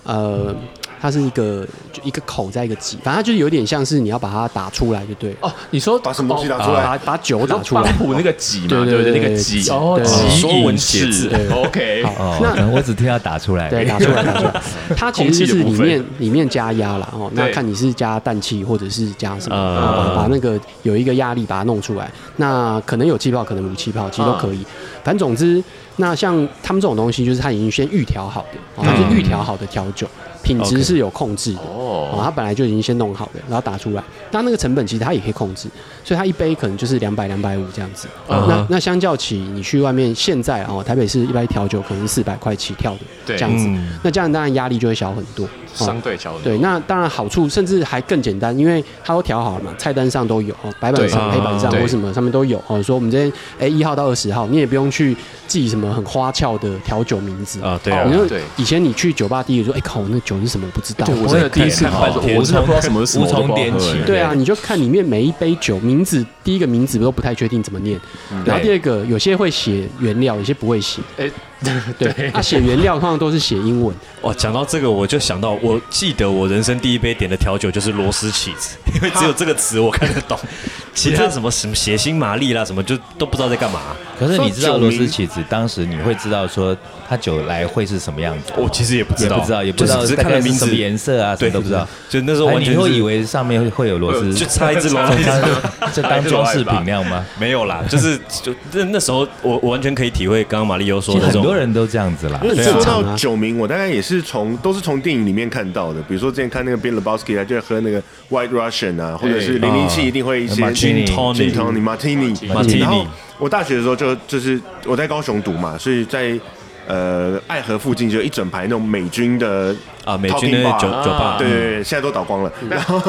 Speaker 6: 呃，它是一个就一个口在一个挤，反正它就是有点像是你要把它打出来，就对了，
Speaker 2: 哦，你说
Speaker 1: 把什么东西打出
Speaker 6: 把
Speaker 1: 来？
Speaker 6: 把酒打出
Speaker 2: 邦
Speaker 6: 来。
Speaker 2: 普那个挤嘛，
Speaker 6: 对对
Speaker 2: 对不
Speaker 6: 对
Speaker 2: 那个
Speaker 6: 对
Speaker 2: 挤，
Speaker 6: 对对
Speaker 2: 挤
Speaker 3: 说文
Speaker 2: 饮
Speaker 3: 解
Speaker 2: 式
Speaker 3: 字
Speaker 2: ，OK，
Speaker 6: 好
Speaker 4: 哦，
Speaker 6: 那
Speaker 4: 可能我只听到打出来。
Speaker 6: 对，打出来，打出来。它其实就是
Speaker 2: 空气的部
Speaker 6: 里
Speaker 2: 分
Speaker 6: 面里面加压啦，哦，那
Speaker 2: 对
Speaker 6: 看你是加氮气或者是加什么，
Speaker 3: 嗯
Speaker 6: 然后把把那个有一个压力把它弄出来。那可能有气泡，可能无气泡，其实都可以。反正总之，那像他们这种东西，就是它已经先预调好的，哦它是预调好的调酒，品质
Speaker 3: OK
Speaker 6: 是有控制的。哦，
Speaker 2: 哦，
Speaker 6: 它本来就已经先弄好了，然后打出来。那那个成本其实它也可以控制，所以它一杯可能就是两百、两百五这样子。
Speaker 3: 嗯
Speaker 6: 那那相较起你去外面现在哦，台北市一般调酒可能是四百块起跳的
Speaker 2: 对
Speaker 6: 这样子
Speaker 3: 嗯，
Speaker 6: 那这样当然压力就会小很多。哦
Speaker 2: 相对小的，
Speaker 6: 对，那当然好处甚至还更简单，因为它都调好了嘛，菜单上都有，哦，白板上、
Speaker 3: 对
Speaker 6: 黑板上
Speaker 2: 啊
Speaker 6: 或什么上面都有。哦，说我们今天哎一号到二十号，你也不用去记什么很花俏的调酒名字
Speaker 3: 啊，对啊
Speaker 6: 你，
Speaker 2: 哦
Speaker 6: 说
Speaker 2: 对
Speaker 6: 以前你去酒吧第一个说，哎靠，那酒是什么？我不知道。
Speaker 2: 对我真的第一次
Speaker 3: 看
Speaker 2: 看到，
Speaker 3: 好
Speaker 2: 我
Speaker 3: 天
Speaker 2: 真的不知道什么是什么，
Speaker 4: 无从
Speaker 2: 我都不知道
Speaker 4: 点起
Speaker 2: 喝
Speaker 6: 对啊，，你就看里面每一杯酒名字，第一个名字都不太确定怎么念，然后第二个有些会写原料，有些不会写。
Speaker 2: 哎，
Speaker 6: 嗯 (laughs) 对，他写原料通常都是写英文，
Speaker 3: 哇，讲到这个，我就想到，我记得我人生第一杯点的调酒就是螺丝起子， (laughs) 因为只有这个词我看得懂，其他什么什么血腥玛丽啦，什么就都不知道在干嘛。
Speaker 4: 可是你知道螺丝起子，当时你会知道说它酒来会是什么样子吗？
Speaker 3: 我其实也不知
Speaker 4: 也
Speaker 3: 道，
Speaker 4: 不知道，也不知道
Speaker 3: 就是只是
Speaker 4: 大
Speaker 3: 看
Speaker 4: 概
Speaker 3: 了
Speaker 4: 是
Speaker 3: 名
Speaker 4: 什
Speaker 3: 字
Speaker 4: 么，颜色啊，什
Speaker 3: 对，
Speaker 4: 么都不知道。
Speaker 3: 就那时候
Speaker 4: 哎
Speaker 3: 完
Speaker 4: 你
Speaker 3: 全
Speaker 4: 会
Speaker 3: 是
Speaker 4: 以为上面会有螺丝，
Speaker 3: 就插一只螺
Speaker 4: (laughs) 就
Speaker 3: 丝。
Speaker 4: 当就当装饰品那样吗？
Speaker 3: 没有啦，就是就那那时候我我完全可以体会刚刚马丽欧说
Speaker 4: (laughs) 其
Speaker 3: 的
Speaker 4: 实
Speaker 3: 这
Speaker 4: 很
Speaker 3: 种，
Speaker 4: 多人都这样子啦
Speaker 1: 因。为你
Speaker 6: 对啊
Speaker 1: 说
Speaker 6: 正常
Speaker 1: 到
Speaker 6: 啊
Speaker 1: 酒名，我大概也是从都是从电影里面看到的，比如说之前看那个 Bill Lebowski，他就在喝那个 White Russian 啊，或者是
Speaker 2: 对
Speaker 1: 零零七一定会一些 Gin
Speaker 4: Martini
Speaker 1: Tonic
Speaker 3: 哦呃 Martini
Speaker 1: Martini。然后我大学的时候就就是我在高雄读嘛，所以在呃爱河附近就有一整排那种美军的
Speaker 3: 啊，美军的
Speaker 1: Talking Bar
Speaker 3: 酒嗯酒吧，嗯
Speaker 1: 对对对，现在都倒光了。然后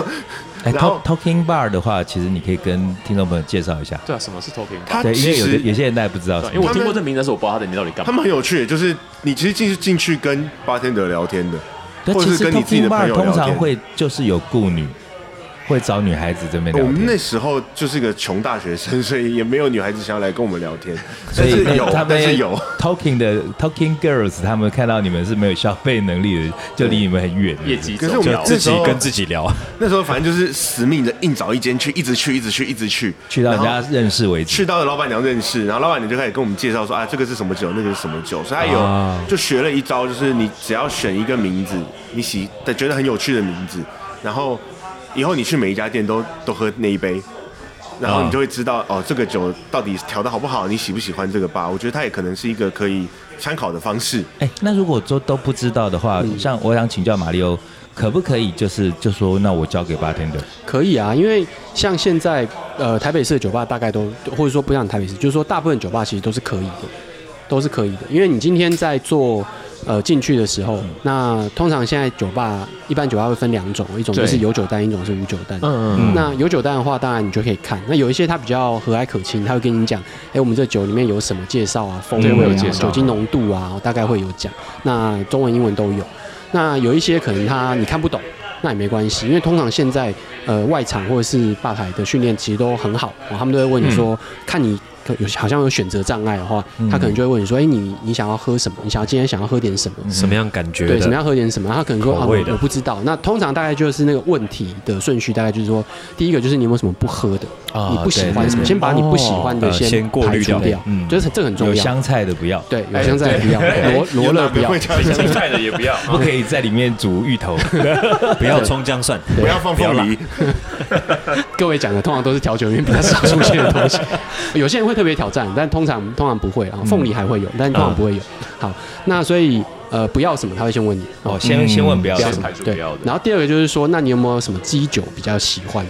Speaker 4: 哎
Speaker 1: 然后
Speaker 4: ，talk talking bar 的话，其实你可以跟听众朋友介绍一下。
Speaker 2: 对啊，什么是 talking？bar？
Speaker 1: 他
Speaker 4: 对，因
Speaker 1: 其
Speaker 4: 为有的
Speaker 1: 实
Speaker 4: 有些人大家不知道什
Speaker 2: 因为
Speaker 4: 么
Speaker 2: 我听过这名字，但是我不知道它的名字到底干
Speaker 1: 他
Speaker 2: 嘛。
Speaker 1: 们很有趣，就是你其实进去进去跟八天德聊天的，
Speaker 4: 对，
Speaker 1: 或者
Speaker 4: 其
Speaker 1: 是
Speaker 4: 实
Speaker 1: 跟你自己
Speaker 4: talking
Speaker 1: 的朋
Speaker 4: bar
Speaker 1: 友
Speaker 4: 通
Speaker 1: 聊
Speaker 4: 常
Speaker 1: 天。
Speaker 4: 会就是有顾女，会找女孩子这边
Speaker 1: 我
Speaker 4: 聊
Speaker 1: 们那
Speaker 4: 天，
Speaker 1: 时候就是个穷大学生， (laughs) 所以也没有女孩子想要来跟我们聊天，
Speaker 4: (laughs) 所以
Speaker 1: 但是有
Speaker 4: 他，
Speaker 1: 但是
Speaker 4: 们
Speaker 1: 有。
Speaker 4: talking 的 talking girls，他们看到你们是没有消费能力的，就离你们很远。
Speaker 5: 业绩
Speaker 1: 可是
Speaker 5: 走
Speaker 1: 我们
Speaker 5: 掉
Speaker 1: 这
Speaker 3: 自
Speaker 1: 时
Speaker 3: 己
Speaker 1: 候
Speaker 3: 跟自己聊，
Speaker 1: 那时候反正就是死命的硬找一间去，一直去，一直去，一直去，
Speaker 4: 去到人
Speaker 1: 然
Speaker 4: 家
Speaker 1: 后
Speaker 4: 认识为止。
Speaker 1: 去到老板娘认识，然后老板娘就开始跟我们介绍说啊，这个是什么酒，那个是什么酒，所以他有、
Speaker 4: 啊
Speaker 1: 就学了一招，就是你只要选一个名字，你喜的觉得很有趣的名字，然后以后你去每一家店都都喝那一杯，然后
Speaker 3: 啊
Speaker 1: 你就会知道、哦，这个酒到底调的好不好，你喜不喜欢这个吧？我觉得它也可能是一个可以参考的方式。
Speaker 4: 哎，那如果都都不知道的话，
Speaker 6: 嗯
Speaker 4: 像我想请教马里欧，可不可以就是就说那我交给 bartender？
Speaker 6: 可以啊，因为像现在呃台北市的酒吧大概都，或者说不像台北市，就是说大部分酒吧其实都是可以的，都是可以的。因为你今天在做呃进去的时候，那通常现在酒吧一般酒吧会分两种，一种就是
Speaker 2: 对
Speaker 6: 有酒单，一种是无酒单。
Speaker 2: 嗯嗯，
Speaker 6: 那有酒单的话，当然你就可以看。那有一些它比较和蔼可亲，他会跟你讲，哎、我们这酒里面有什么介绍啊，风
Speaker 2: 对
Speaker 6: 味
Speaker 2: 会有
Speaker 6: 啊、
Speaker 2: 介绍
Speaker 6: 酒精浓度啊，大概会有讲。那中文、英文都有。那有一些可能他你看不懂，那也没关系，因为通常现在呃外场或者是吧台的训练其实都很好，哦他们都会问你
Speaker 2: 嗯
Speaker 6: 说，看你可有好像有选择障碍的话，他可能就会问你说，哎、你你想要喝什么？你想要今天想要喝点什么？
Speaker 3: 什么样感觉
Speaker 6: 对，怎么
Speaker 3: 的？
Speaker 6: 样喝点什么？他可能说啊，
Speaker 3: 口
Speaker 6: 我
Speaker 3: 味的
Speaker 6: 我不知道。那通常大概就是那个问题的顺序，大概就是说，第一个就是你有没有什么不喝的，
Speaker 4: 啊
Speaker 6: 你不喜欢
Speaker 4: 对
Speaker 6: 什
Speaker 4: 对
Speaker 6: 么，
Speaker 4: 对
Speaker 6: 先把你不喜欢的
Speaker 3: 哦呃先过
Speaker 6: 排
Speaker 3: 滤
Speaker 6: 除
Speaker 3: 掉
Speaker 6: 掉
Speaker 4: 嗯，
Speaker 6: 就是这个很重
Speaker 4: 有
Speaker 6: 要。
Speaker 4: 香菜的不要，
Speaker 6: 对，有香菜也不要，罗罗勒不要
Speaker 1: 会，这样
Speaker 5: 青菜的也不要，
Speaker 4: 不可以在里面煮芋
Speaker 6: (laughs)
Speaker 4: 头。
Speaker 3: (laughs) 不要葱姜蒜，
Speaker 1: 不要放凤梨，
Speaker 6: 各位讲的通常都是调酒里面比较少出现的东西，有些人会特别挑战，但通常通常不会啊。凤梨还会有，但通常不会有。好，那所以呃，不要什么他会先问你
Speaker 4: 哦，先先问不要
Speaker 6: 不要
Speaker 4: 什
Speaker 6: 什
Speaker 4: 么
Speaker 6: 么
Speaker 5: 排除
Speaker 6: 对
Speaker 5: 不要的。
Speaker 6: 然后第二个就是说，那你有没有什么基酒比较喜欢，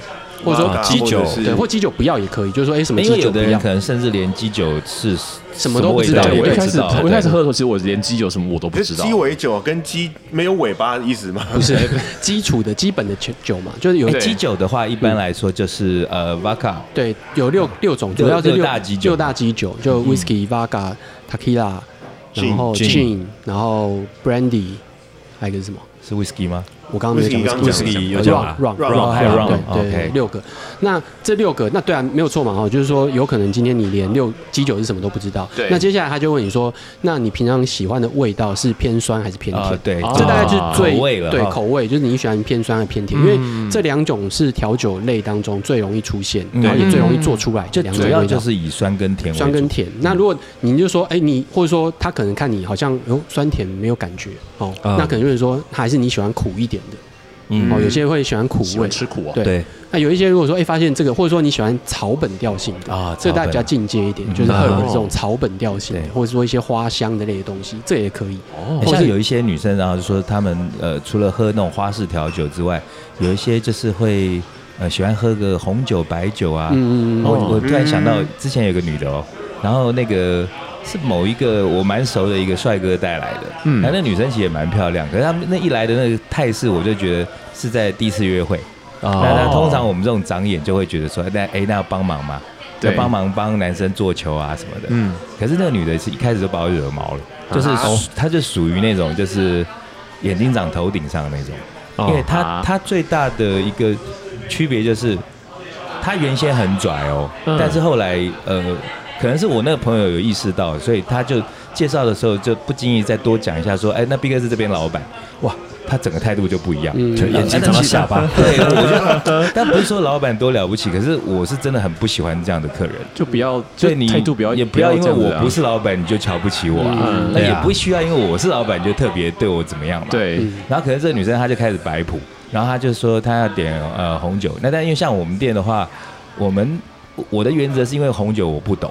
Speaker 6: 或者说
Speaker 1: 哇
Speaker 3: 基酒
Speaker 1: 啊或者是
Speaker 6: 对，或基酒不要也可以，就是说，哎、什么
Speaker 4: 因为
Speaker 6: 基
Speaker 4: 有
Speaker 6: 酒不
Speaker 4: 的人
Speaker 6: 要
Speaker 4: 可？能甚至连鸡酒是
Speaker 6: 什么都不
Speaker 4: 味
Speaker 6: 知道
Speaker 2: 嗯
Speaker 4: 道
Speaker 2: 对
Speaker 4: 也
Speaker 2: 我一
Speaker 4: 不
Speaker 2: 开
Speaker 4: 知
Speaker 2: 始
Speaker 4: 道。
Speaker 2: 我一开始
Speaker 4: 对
Speaker 2: 喝的时候，其实我连鸡酒什么我都不
Speaker 1: 可
Speaker 2: 知
Speaker 1: 是
Speaker 2: 道。
Speaker 1: 鸡尾酒跟鸡没有尾巴的意思吗？ (laughs)
Speaker 6: 不是基础的基本的酒酒嘛，就是有
Speaker 4: 哎鸡酒的话，一般来说就是呃 vodka
Speaker 6: 对有六六种，
Speaker 4: 六
Speaker 6: 主要是
Speaker 4: 六
Speaker 6: 六
Speaker 4: 大基酒嗯
Speaker 6: 六大基酒，就 whisky、vodka、tequila，然后
Speaker 3: Gin
Speaker 6: gin，然后 brandy，还有一个是什么？
Speaker 4: 是 whisky 吗？
Speaker 6: 我刚刚没有
Speaker 1: Whisky
Speaker 6: 讲
Speaker 1: 刚讲
Speaker 3: Whisky 有讲
Speaker 6: ，rum
Speaker 3: 啊
Speaker 6: rum
Speaker 1: Rum，
Speaker 4: 哦还有 rum，
Speaker 6: 对对
Speaker 4: OK
Speaker 6: 六个。那这六个，那对啊，没有错嘛哦，就是说有可能今天你连六基酒是什么都不知道。
Speaker 5: 对
Speaker 6: 那接下来他就问你说，那你平常喜欢的味道是偏酸还是偏
Speaker 4: 啊
Speaker 6: 甜？
Speaker 4: 对
Speaker 6: 这大概就是最
Speaker 4: 啊口味了
Speaker 6: 对
Speaker 4: 哈
Speaker 6: 口味，就是你喜欢偏酸还是偏甜？因为这两种是调酒类当中最容易出现，
Speaker 4: 嗯
Speaker 6: 然后也最容易做出来这
Speaker 4: 就
Speaker 6: 两种
Speaker 4: 主
Speaker 6: 味
Speaker 4: 要
Speaker 6: 道。
Speaker 4: 就是以酸跟甜为主。
Speaker 6: 酸跟甜。那如果你就说，哎、你或者说他可能看你好像哦酸甜没有感觉哦，
Speaker 3: 嗯
Speaker 6: 那可能就是说还是你喜欢苦一点的。
Speaker 3: 嗯
Speaker 6: 哦，有些会喜欢苦
Speaker 2: 喜
Speaker 6: 味
Speaker 2: 欢，吃苦啊，
Speaker 6: 对
Speaker 3: 对，
Speaker 6: 那有一些如果说哎、发现这个，或者说你喜欢草本调性的
Speaker 4: 啊
Speaker 6: 这个大家
Speaker 4: 草
Speaker 6: 比较
Speaker 4: 本啊
Speaker 6: 进阶一点，就是
Speaker 3: 嗯
Speaker 6: 荷尔蒙这种草本调性的
Speaker 4: 对，
Speaker 6: 或者说一些花香的类的东西，这也可以。
Speaker 4: 欸像有一些女生，然后就说她们呃，除了喝那种花式调酒之外，有一些就是会呃喜欢喝个红酒、白酒啊。
Speaker 6: 嗯嗯嗯
Speaker 4: 然后
Speaker 6: 嗯，
Speaker 4: 我我突然想到
Speaker 1: 嗯
Speaker 4: 之前有个女的哦，然后那个是某一个我蛮熟的一个帅哥带来的，嗯，然后那女生其实也蛮漂亮，可是他们那一来的那个态势，我就觉得是在第一次约会。
Speaker 2: 哦
Speaker 4: 那那通常我们这种长眼就会觉得说，那哎、那要帮忙嘛，要
Speaker 2: 对
Speaker 4: 帮忙帮男生做球啊什么的。
Speaker 2: 嗯，啊
Speaker 4: 可是那个女的是一开始就把我惹毛了，就是属她就属于那种就是眼睛长头顶上的那种，
Speaker 2: 哦
Speaker 4: 因为她
Speaker 2: 啊
Speaker 4: 她最大的一个区别就是，她原先很拽哦，
Speaker 2: 嗯
Speaker 4: 但是后来呃，可能是我那个朋友有意识到，所以他就介绍的时候就不经意再多讲一下说，哎，那 B 哥是这边老板，哇，他整个态度就不一样，
Speaker 6: 嗯
Speaker 3: 就眼睛长到下巴，
Speaker 4: (laughs) 对，我觉得，但不是说老板多了不起，可是我是真的很不喜欢这样的客人。
Speaker 2: 就不要，
Speaker 4: 所
Speaker 2: 就
Speaker 4: 以你
Speaker 2: 态度不要，
Speaker 4: 也不要因
Speaker 2: 这样
Speaker 4: 为
Speaker 2: 子
Speaker 4: 我
Speaker 2: 啊嗯
Speaker 4: 不是老板你就瞧不起我啊，那
Speaker 3: 对
Speaker 4: 也
Speaker 3: 啊
Speaker 4: 不需要因为我是老板就特别对我怎么样嘛。。
Speaker 2: 对啊
Speaker 6: 嗯
Speaker 4: 然后可能这个女生她就开始摆谱，然后她就说她要点呃红酒。那但因为像我们店的话，我们我的原则是因为红酒我不懂，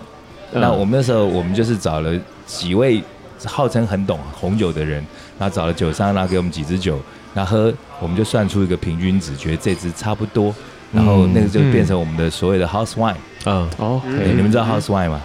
Speaker 2: 嗯
Speaker 4: 那我们那时候我们就是找了几位号称很懂红酒的人，然后找了酒商，然后给我们几支酒，然后喝，我们就算出一个平均值，觉得这支差不多，然后那个就变成我们的所谓的 house wine。
Speaker 3: 嗯，
Speaker 2: 哦，
Speaker 4: 对，你们知道 house wine 吗？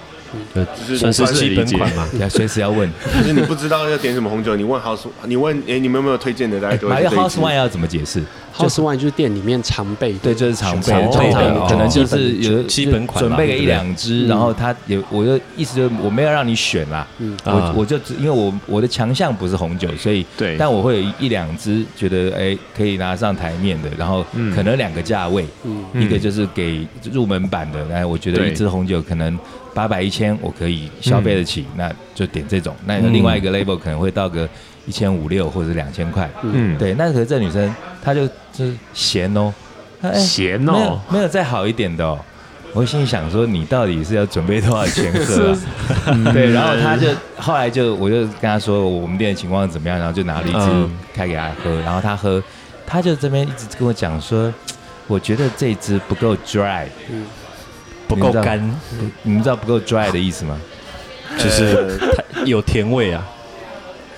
Speaker 1: 就是
Speaker 3: 算是
Speaker 1: 我发现
Speaker 3: 基本款嘛。
Speaker 4: 要随时要问。
Speaker 1: 就是你不知道要点什么红酒，你问 House，你问哎、诶你们有没有推荐的？大家就会
Speaker 4: 马
Speaker 1: 是
Speaker 4: 来
Speaker 1: 这一
Speaker 4: house
Speaker 1: 支
Speaker 4: wine 要怎么解释？
Speaker 6: House Wine 就是店里面常备的，
Speaker 4: 对，就是常备
Speaker 3: 常，备
Speaker 4: 通
Speaker 3: 的哦
Speaker 4: 常可能就是
Speaker 6: 基本
Speaker 4: 有
Speaker 3: 基本款嘛
Speaker 4: 准备个
Speaker 3: 对不对
Speaker 4: 一两支，
Speaker 6: 嗯
Speaker 4: 然后他也，我就意思就是我没有让你选啦，
Speaker 6: 嗯
Speaker 3: 啊
Speaker 4: 我我就只因为我我的强项不是红酒，所以
Speaker 2: 对
Speaker 4: 嗯但我会有一两支觉得哎可以拿上台面的，然后
Speaker 2: 嗯
Speaker 4: 可能两个价位，
Speaker 6: 嗯
Speaker 4: 一个就是给入门版的，哎，我觉得
Speaker 2: 对
Speaker 4: 一支红酒可能八百一千我可以消
Speaker 3: 嗯
Speaker 4: 费得起，那就点这种，那另外一个 label 可能会到个一千五六或者两千块，
Speaker 2: 嗯，
Speaker 4: 对，那可是这女生她就就是闲哦，她哎
Speaker 2: 咸
Speaker 4: 没有
Speaker 2: 哦，
Speaker 4: 没有再好一点的哦。我心里想说，你到底是要准备多少钱喝、啊？
Speaker 2: 嗯
Speaker 4: 对，然后他就后来就我就跟他说我们店的情况怎么样，然后就拿了一支
Speaker 3: 嗯
Speaker 4: 开给他喝，然后他喝，他就这边一直跟我讲说，我觉得这支不够 dry，
Speaker 3: 不够干，
Speaker 4: 你们知道不够 dry 的意思吗？
Speaker 3: 就是它有甜味啊。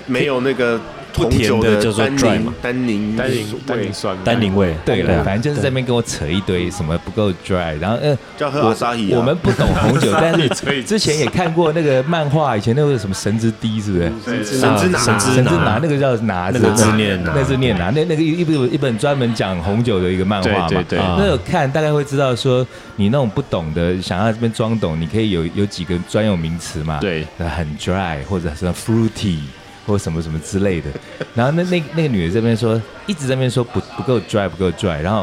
Speaker 1: 没有那个
Speaker 3: 不
Speaker 1: 红
Speaker 3: 甜的
Speaker 1: 酒
Speaker 3: 叫做
Speaker 1: 单
Speaker 3: dry
Speaker 1: 宁
Speaker 3: 嘛
Speaker 1: 单宁
Speaker 5: 单宁单宁酸
Speaker 3: 单宁味，
Speaker 4: 对了，
Speaker 3: 啊
Speaker 4: 反正就是在那边跟我扯一堆什么不够 dry，然后呃，
Speaker 1: 叫喝
Speaker 4: (laughs) 我
Speaker 1: Asahi 啊
Speaker 4: 我们不懂红酒，但
Speaker 5: 所
Speaker 4: 是
Speaker 5: 以
Speaker 4: 之前也看过那个漫画，以前那个什么神之滴是不是？
Speaker 5: 对
Speaker 1: 神之拿
Speaker 3: 神之
Speaker 4: 神之
Speaker 3: 拿
Speaker 4: 拿那个叫拿字，
Speaker 3: 那个字念拿
Speaker 4: 那是念拿，那那个一一本一本专门讲红酒的一个漫画嘛。啊
Speaker 2: 对对对
Speaker 4: 那有看大概会知道说，你那种不懂的，想要这边装懂，你可以有有几个专有名词嘛。
Speaker 2: 对，
Speaker 4: 很 dry 或者是 fruity 或什么什么之类的。 (laughs) 然后那那那个女的这边说，一直在那边说不不够 dry 不够 dry，然后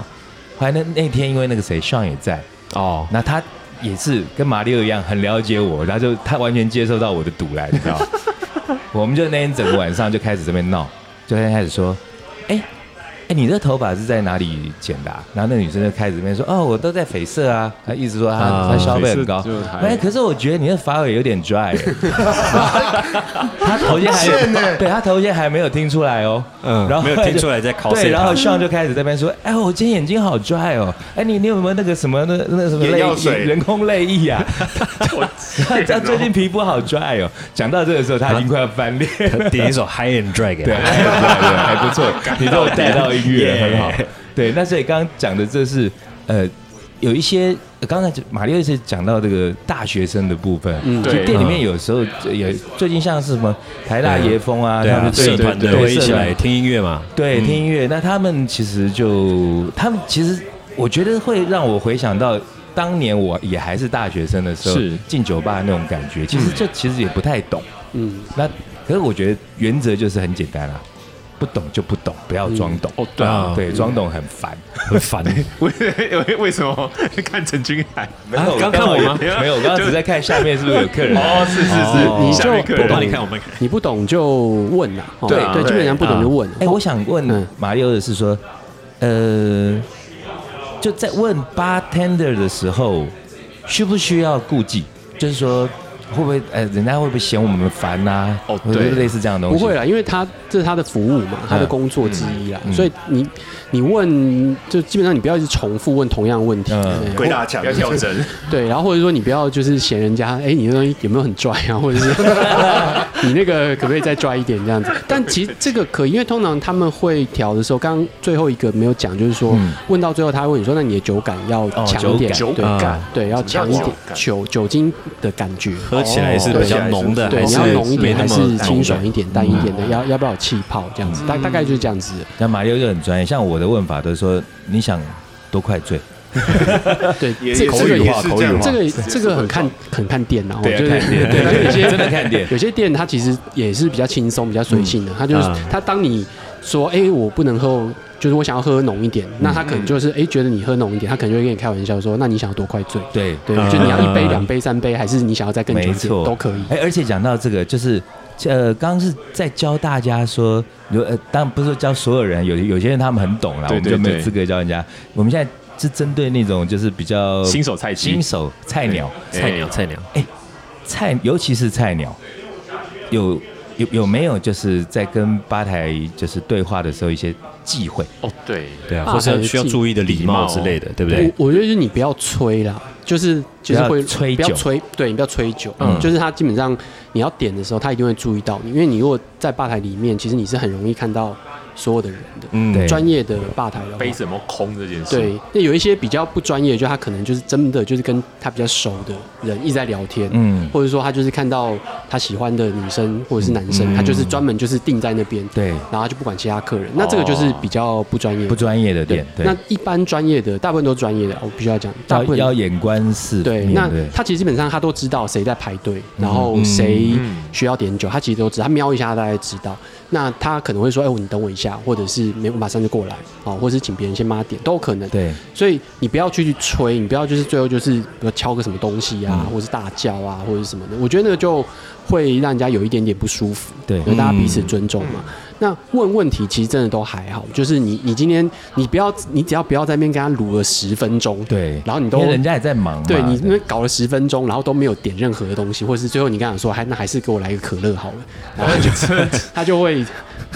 Speaker 4: 后来那那天因为那个谁 Sean 也在，
Speaker 2: (laughs)
Speaker 3: 哦，
Speaker 4: 那他也是跟马里奥一样很了解我，然后就他完全接受到我的堵来，你知道吗？我们就那天整个晚上就开始这边闹，就先开始说，哎、哎、你这头发是在哪里剪的、啊？然后那女生就开始这边说，哦，我都在绯色啊，她一直说她
Speaker 3: 啊
Speaker 4: 她消费很高
Speaker 5: 绯色就，还
Speaker 4: 哎、可是我觉得你的发尾有点
Speaker 3: (laughs)
Speaker 4: dry，欸她头先还
Speaker 1: 很贱欸
Speaker 4: 对她头先还没有听出来哦，
Speaker 3: 嗯
Speaker 4: 然后
Speaker 3: 没有
Speaker 4: 后来就
Speaker 3: 听出来在 cos
Speaker 4: 对，
Speaker 3: 她
Speaker 4: 然后 Sean 就开始在那边说，哎、我今天眼睛好 dry 哦，哎、你你有没有那个什么那那什么
Speaker 1: 眼
Speaker 4: 泪
Speaker 1: 药水
Speaker 4: 人工泪液啊？他他最近皮肤好 dry 哦，讲到这个时候他已经快要翻脸了。
Speaker 3: 点一首 High and Dry 给
Speaker 4: 对，
Speaker 3: 他。
Speaker 4: 还不错，还不错，你都有带到音乐，
Speaker 3: Yeah
Speaker 4: 很好。对，那所以刚刚讲的这是呃，有一些呃刚才马六是讲到这个大学生的部分，
Speaker 6: 嗯
Speaker 4: 就
Speaker 5: 对
Speaker 4: 店里面有时候呃也最近像是什么台大
Speaker 3: 对啊
Speaker 4: 椰风啊，
Speaker 3: 对
Speaker 4: 他
Speaker 3: 啊，
Speaker 4: 们
Speaker 3: 社团的
Speaker 4: 对
Speaker 3: 会一
Speaker 4: 社
Speaker 3: 起
Speaker 4: 团
Speaker 3: 来听音乐嘛。
Speaker 4: 对，听音乐。那他们其实就，他们其实我觉得会让我回想到当年我也还是大学生的时候
Speaker 2: 是，
Speaker 4: 进酒吧那种感觉。其实这其实也不太懂。
Speaker 6: 嗯，
Speaker 4: 那可是我觉得原则就是很简单啦、啊不懂就不懂，不要装懂。
Speaker 2: 哦对啊
Speaker 4: 对，装懂很烦。
Speaker 3: 很烦。
Speaker 5: 为为为什
Speaker 2: (laughs)
Speaker 5: 么看陈君海？
Speaker 4: 没有
Speaker 3: 刚看我吗
Speaker 4: 没有，我刚刚只是在看下面是不是有客人。
Speaker 5: 哦，是
Speaker 4: (laughs)
Speaker 6: 你
Speaker 5: 是是，
Speaker 6: 就
Speaker 5: 下面客人
Speaker 3: 我怕你看我们看，
Speaker 6: 你不懂就问啦，哦
Speaker 5: 对啊
Speaker 6: 对，基本上不懂就问。
Speaker 4: 哎，我想问
Speaker 6: 嗯
Speaker 4: 马里奥的是说，呃，就在问 bartender 的时候，需不需要顾忌？就是说，会不会呃，人家会不会嫌我们烦啊呐？
Speaker 2: 哦
Speaker 4: 或者是
Speaker 2: 对
Speaker 4: 类似这样的东
Speaker 6: 不
Speaker 4: 西。
Speaker 6: 会啊啦，因为他这是他的服务嘛，
Speaker 4: 嗯
Speaker 6: 他的工作之一啦，所以你你问就基本上你不要一直重复问同样的问题，
Speaker 4: 嗯
Speaker 6: 对
Speaker 1: 鬼打墙
Speaker 5: 要跳针，
Speaker 6: 对，然后或者说你不要就是嫌人家，哎，你那东西有没有很拽啊，或者是你那个可不可以再拽一点这样子？但其实这个可以，因为通常他们会调的时候，刚刚最后一个没有讲，就是说、
Speaker 4: 嗯
Speaker 6: 问到最后他会问你说，那你的酒感要强一点，
Speaker 4: 酒
Speaker 6: 对
Speaker 4: 感酒感
Speaker 6: 对，要强一
Speaker 1: 什么叫
Speaker 6: 点
Speaker 1: 酒感
Speaker 6: 酒酒精的感觉。
Speaker 3: 喝起来是比较浓的，
Speaker 6: 哦对，
Speaker 3: 还
Speaker 6: 你
Speaker 3: 是
Speaker 6: 要浓一
Speaker 3: 没
Speaker 6: 点，
Speaker 3: 那
Speaker 6: 还
Speaker 3: 么
Speaker 6: 是
Speaker 3: 浓
Speaker 6: 清
Speaker 3: 的
Speaker 6: 爽一点、淡一点的，要要不要有气泡这样子？大大概就是这样子。
Speaker 4: 那马里奥就很专业，像我的问法都是说，你想多快醉？
Speaker 6: 对，
Speaker 1: 也
Speaker 6: 这
Speaker 1: 也
Speaker 6: 个
Speaker 1: 是
Speaker 6: 这个
Speaker 1: 也是这样
Speaker 6: 这个这个很看很看店啊，我觉得
Speaker 2: (laughs)
Speaker 6: 对，那有些
Speaker 4: 真的看点。
Speaker 6: 有些店它其实也是比较轻松、比较随性的，
Speaker 4: 嗯
Speaker 6: 它就是
Speaker 3: 啊
Speaker 6: 它当你说哎、诶我不能喝，就是我想要喝浓一点，
Speaker 4: 嗯
Speaker 6: 那他可能就是哎、诶觉得你喝浓一点，他可能就会跟你开玩笑说，那你想要多快醉？
Speaker 4: 对
Speaker 6: 对，
Speaker 3: 啊
Speaker 6: 就你要一杯、两杯、三杯，还是你想要再更
Speaker 4: 没
Speaker 6: 久一点
Speaker 4: 错，
Speaker 6: 都可以。
Speaker 4: 哎、而且讲到这个，就是呃，刚刚是在教大家说，如呃，当然不是说教所有人，有有些人他们很懂啦，
Speaker 2: 对对
Speaker 4: 我们就没有
Speaker 2: 对
Speaker 4: 资格教人家。我们现在是针对那种就是比较
Speaker 2: 新手菜鸡
Speaker 4: 新手菜鸟、
Speaker 5: 哎
Speaker 3: 嗯菜鸟菜鸟，
Speaker 4: 菜，尤其是菜鸟，有有有没有就是在跟吧台就是对话的时候一些忌讳？
Speaker 2: 哦对，
Speaker 3: 对啊，
Speaker 6: 啊
Speaker 3: 或是要需要注意的礼貌之类的，对不对？
Speaker 6: 我我觉得就是你不要催啦，就是就是
Speaker 4: 不
Speaker 6: 会
Speaker 4: 要催
Speaker 6: 不要
Speaker 4: 酒
Speaker 6: 催，对你不要催酒，
Speaker 4: 嗯
Speaker 6: 就是他基本上你要点的时候，他一定会注意到你，因为你如果在吧台里面，其实你是很容易看到所有的人的，
Speaker 3: 嗯
Speaker 4: 对
Speaker 6: 专业的吧台的话
Speaker 5: 杯子有没有空这件事？
Speaker 6: 对，那有一些比较不专业，就他可能就是真的就是跟他比较熟的人一直在聊天，
Speaker 4: 嗯
Speaker 6: 或者说他就是看到他喜欢的女生或者是男生，
Speaker 4: 嗯
Speaker 6: 他就是专门就是定在那边，
Speaker 4: 对哦
Speaker 6: 然后他就不管其他客人，那这个就是比较不专业，
Speaker 4: 不专业的店，对
Speaker 6: 那，一般专业的大部分都是专业的，我必须要讲，大
Speaker 4: 要
Speaker 6: 部分
Speaker 4: 要眼观四
Speaker 6: 对，
Speaker 4: 面
Speaker 6: 那
Speaker 4: 对嗯
Speaker 6: 他其实基本上他都知道谁在排队，然后谁需要点酒，他其实都知道，他瞄一下他大概知道。那他可能会说：“哎、你等我一下，或者是没我马上就过来，哦，或者是请别人先帮他点，都有可能。”
Speaker 4: 对，
Speaker 6: 所以你不要去去催，你不要就是最后就是比如敲个什么东西
Speaker 4: 嗯
Speaker 6: 啊，或是大叫啊，或者是什么的。我觉得那个就会让人家有一点点不舒服。
Speaker 4: 对嗯
Speaker 6: 因为大家彼此尊重嘛。那问问题其实真的都还好，就是你你今天你不要你只要不要在那边跟他撸了十分钟，
Speaker 4: 对，
Speaker 6: 然后你都
Speaker 4: 因为人家也在忙嘛，
Speaker 6: 对你那边搞了十分钟，然后都没有点任何的东西，或者是最后你跟他说，还那还是给我来一个可乐好了，然后
Speaker 4: (laughs)
Speaker 6: 他就他就会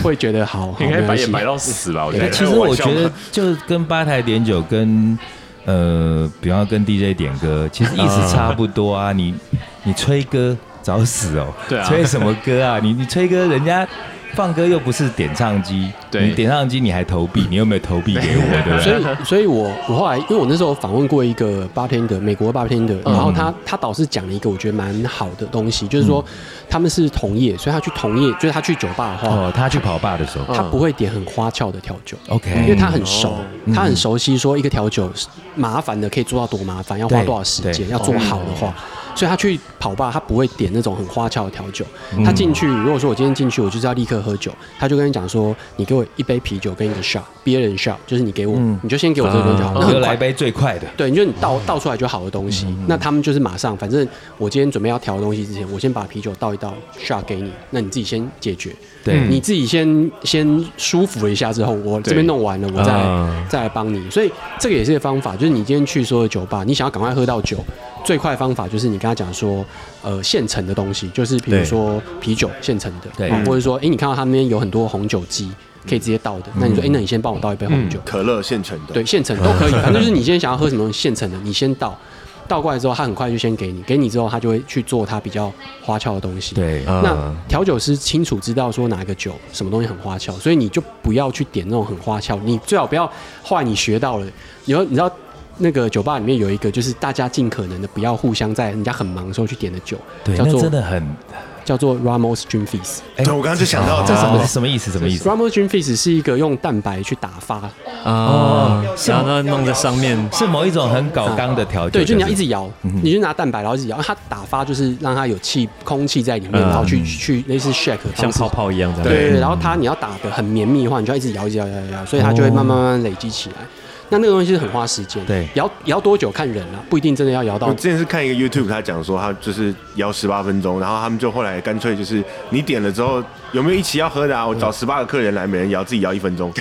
Speaker 6: 会觉得好，好
Speaker 5: 应该
Speaker 6: 没
Speaker 5: 白
Speaker 6: 关
Speaker 5: 也
Speaker 6: 系。
Speaker 5: 白到死吧？我觉
Speaker 4: 对
Speaker 5: 得。
Speaker 4: 其实我觉得，就是跟吧台点酒跟呃，比方说跟 DJ 点歌，其实意思差不多啊。
Speaker 6: 嗯
Speaker 4: 你你吹歌找死哦，
Speaker 5: 对啊
Speaker 4: 吹什么歌啊？你你吹歌，人家放歌又不是点唱机，
Speaker 5: 对
Speaker 4: 你点唱机你还投币，你有没有投币给我？对不
Speaker 6: 嗯所
Speaker 4: 对？
Speaker 6: 以，所以我我后来，因为我那时候访问过一个八天的美国八天的，
Speaker 4: 嗯
Speaker 6: 然后他他导师讲了一个我觉得蛮好的东西，就是
Speaker 4: 嗯
Speaker 6: 说他们是同业，所以他去同业，就是他去酒吧的话，
Speaker 4: 哦，他去跑吧的时候
Speaker 6: 他不会点很花俏的调酒。
Speaker 4: ，OK，
Speaker 6: 嗯因为他很熟，
Speaker 4: 哦
Speaker 6: 他很熟悉说一个调酒是麻烦的可以做到多麻烦，要花
Speaker 4: 对
Speaker 6: 多少时
Speaker 4: 对哦
Speaker 6: 间，要做好的话，所以他去跑吧，他不会点那种很花俏的调酒。
Speaker 4: 嗯
Speaker 6: 他进去，如果说我今天进去，我就是要立刻喝酒，他就跟你讲说，你给我一杯啤酒跟一个 shot，别人 shot，就是你给我，你就先给我这个东西就好，那
Speaker 4: 我就
Speaker 6: 很快
Speaker 4: 嗯哦来嗯杯最快的，
Speaker 6: 对，你就你倒倒出来就好的东西。那他们就是马上，反正我今天准备要调的东西之前，我先把啤酒倒一倒，shot 给你，那你自己先解决。
Speaker 4: 对
Speaker 6: 你自己先先舒服一下之后，我这边弄完了，我再来、
Speaker 3: 啊
Speaker 6: 再来帮你。所以这个也是个方法，就是你今天去所有酒吧，你想要赶快喝到酒，最快的方法就是你跟他讲说，呃，现成的东西，就是比如
Speaker 4: 对
Speaker 6: 说啤酒现成的，
Speaker 4: 对
Speaker 6: 啊或者说，哎、你看到他们那边有很多红酒机。可以直接倒的，那你
Speaker 4: 嗯
Speaker 6: 说，哎、那你先帮我倒一杯红酒，
Speaker 1: 可乐现成的，
Speaker 6: 对，现成都
Speaker 4: (laughs)
Speaker 6: 可以，反正就是你今天想要喝什么东西现成的，你先倒，倒过来之后，他很快就先给你，给你之后，他就会去做他比较花俏的东西。，
Speaker 4: 对，
Speaker 6: 那
Speaker 3: 啊
Speaker 6: 调酒师清楚知道说哪个酒什么东西很花俏，所以你就不要去点那种很花俏，你最好不要后来你学到了，你说你知道。那个酒吧里面有一个，就是大家尽可能的不要互相在人家很忙的时候去点的酒，
Speaker 4: 对，
Speaker 6: 叫
Speaker 4: 那
Speaker 6: 做
Speaker 4: 真的很，
Speaker 6: 叫做 Ramos Dream Feast。
Speaker 4: 哎
Speaker 1: 对我刚刚就想
Speaker 6: 哦
Speaker 1: 到
Speaker 4: 这
Speaker 1: 这
Speaker 4: 什
Speaker 1: 什
Speaker 4: 么
Speaker 1: 么
Speaker 4: 哦什么意思？什么意思？
Speaker 6: Ramos Dream Feast 是一个用蛋白去打发哦
Speaker 3: 啊，然后它弄在上面，
Speaker 4: 是某一种很搞刚的调酒，
Speaker 6: 对，嗯就你要
Speaker 4: 是
Speaker 6: 一直摇，你就拿蛋白，然后一直摇，它打发就是让它有气、空气在里面，然后去去类似 shake 的
Speaker 3: 像
Speaker 6: 方式
Speaker 3: 泡。泡一样这
Speaker 6: 对
Speaker 3: 样。
Speaker 6: 对对，然后它你要打的很绵密的话，你就要一直摇、一直摇、摇、摇摇，所以它就会慢慢慢慢累积起来。那那个东西是很花时间，
Speaker 4: 对
Speaker 6: 摇摇多久看人啊，不一定真的要摇
Speaker 1: 我
Speaker 6: 到
Speaker 1: 之前是看一个 YouTube，他讲说他就是摇十八分钟，然后他们就后来干脆就是你点了之后有没有一起要喝的啊？我找十八个客人来，每人摇自己摇一分钟。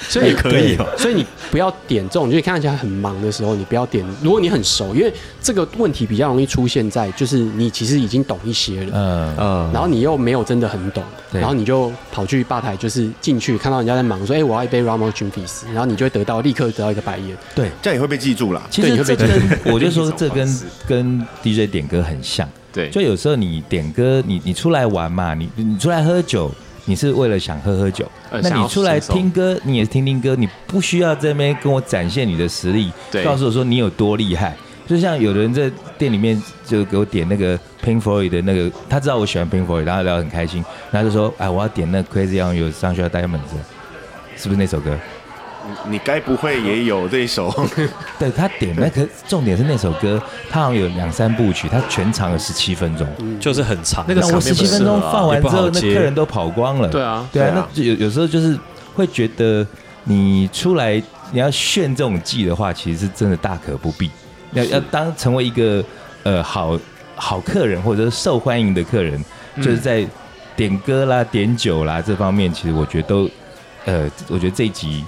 Speaker 6: 所以
Speaker 3: 也可以哦
Speaker 6: (laughs) 对所以你不要点这种，就是看起来很忙的时候，你不要点。如果你很熟，因为这个问题比较容易出现在就是你其实已经懂一些了，
Speaker 4: 嗯，
Speaker 3: 嗯，
Speaker 6: 然后你又没有真的很懂，
Speaker 4: 对
Speaker 6: 然后你就跑去吧台，就是进去看到人家在忙，说：“哎、我要一杯 Ramos Gin Fizz。”然后你就会得到立刻得到一个白眼。
Speaker 4: 对。
Speaker 1: 这样也会被记住啦。
Speaker 4: 其
Speaker 6: 对
Speaker 4: 实
Speaker 6: 你会
Speaker 4: 这
Speaker 6: 被
Speaker 4: 跟我就说这跟跟 DJ 点歌很像，
Speaker 5: 对
Speaker 4: 就有时候你点歌，你你出来玩嘛，你你出来喝酒，你是为了想喝喝酒，
Speaker 5: 呃
Speaker 4: 那
Speaker 5: 想
Speaker 4: 你
Speaker 5: 要
Speaker 4: 出来
Speaker 5: 轻松
Speaker 4: 听歌，你也听听歌，你不需要这边跟我展现你的实力，
Speaker 5: 对
Speaker 4: 告诉我说你有多厉害。就像有人在店里面就给我点那个 Pink Floyd 的那个，他知道我喜欢 Pink Floyd，然后聊得很开心，然后就说：“哎，我要点那 Crazy on You Sunshine Diamonds，是不是那首歌？”
Speaker 1: 你该不会也有这一首？
Speaker 4: 对他点那个重点是那首歌，他好像有两三部曲，他全长有十七分钟。
Speaker 3: 就是很长。
Speaker 5: 那个
Speaker 4: 那我十七分钟放完之
Speaker 3: 也不
Speaker 4: 后，
Speaker 3: 好
Speaker 4: 那
Speaker 3: 接
Speaker 4: 客人都跑光了。
Speaker 5: 对啊
Speaker 4: 对
Speaker 1: 对
Speaker 4: 啊
Speaker 1: 啊，
Speaker 4: 那有有时候就是会觉得你出来你要炫这种技的话，其实是真的大可不必。要要当成为一个呃好好客人或者是受欢迎的客人，就是在点歌啦、点酒啦这方面，其实我觉得都呃，我觉得这一集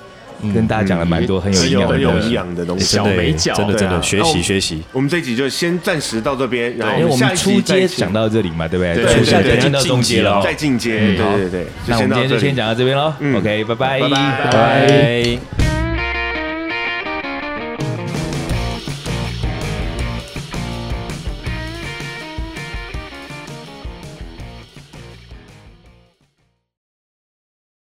Speaker 4: 跟大家讲了蛮多很有营养的
Speaker 1: 很有
Speaker 4: 东
Speaker 1: 营
Speaker 4: 西。
Speaker 1: 养的东西
Speaker 5: 小。美角
Speaker 3: 真的
Speaker 1: 对
Speaker 3: 真的
Speaker 1: 啊
Speaker 3: 学
Speaker 1: 那我
Speaker 3: 习
Speaker 1: 们
Speaker 3: 学习。
Speaker 1: 我们这一集就先暂时到这边，然后
Speaker 4: 因为我
Speaker 1: 下
Speaker 4: 们
Speaker 1: 一
Speaker 4: 初
Speaker 1: 集
Speaker 4: 阶
Speaker 1: 再请
Speaker 4: 讲到这里嘛，对不对？
Speaker 1: 对
Speaker 4: 所
Speaker 1: 对
Speaker 4: 以下一
Speaker 1: 对
Speaker 4: 阶
Speaker 1: 对
Speaker 4: 进到中阶了哦
Speaker 1: 再。嗯进阶。对对对，
Speaker 4: 那我
Speaker 1: 先
Speaker 4: 们
Speaker 1: 到
Speaker 4: 今天就
Speaker 1: 这里嗯
Speaker 4: 先讲到这边喽。OK，拜拜，
Speaker 1: 拜拜
Speaker 4: 拜。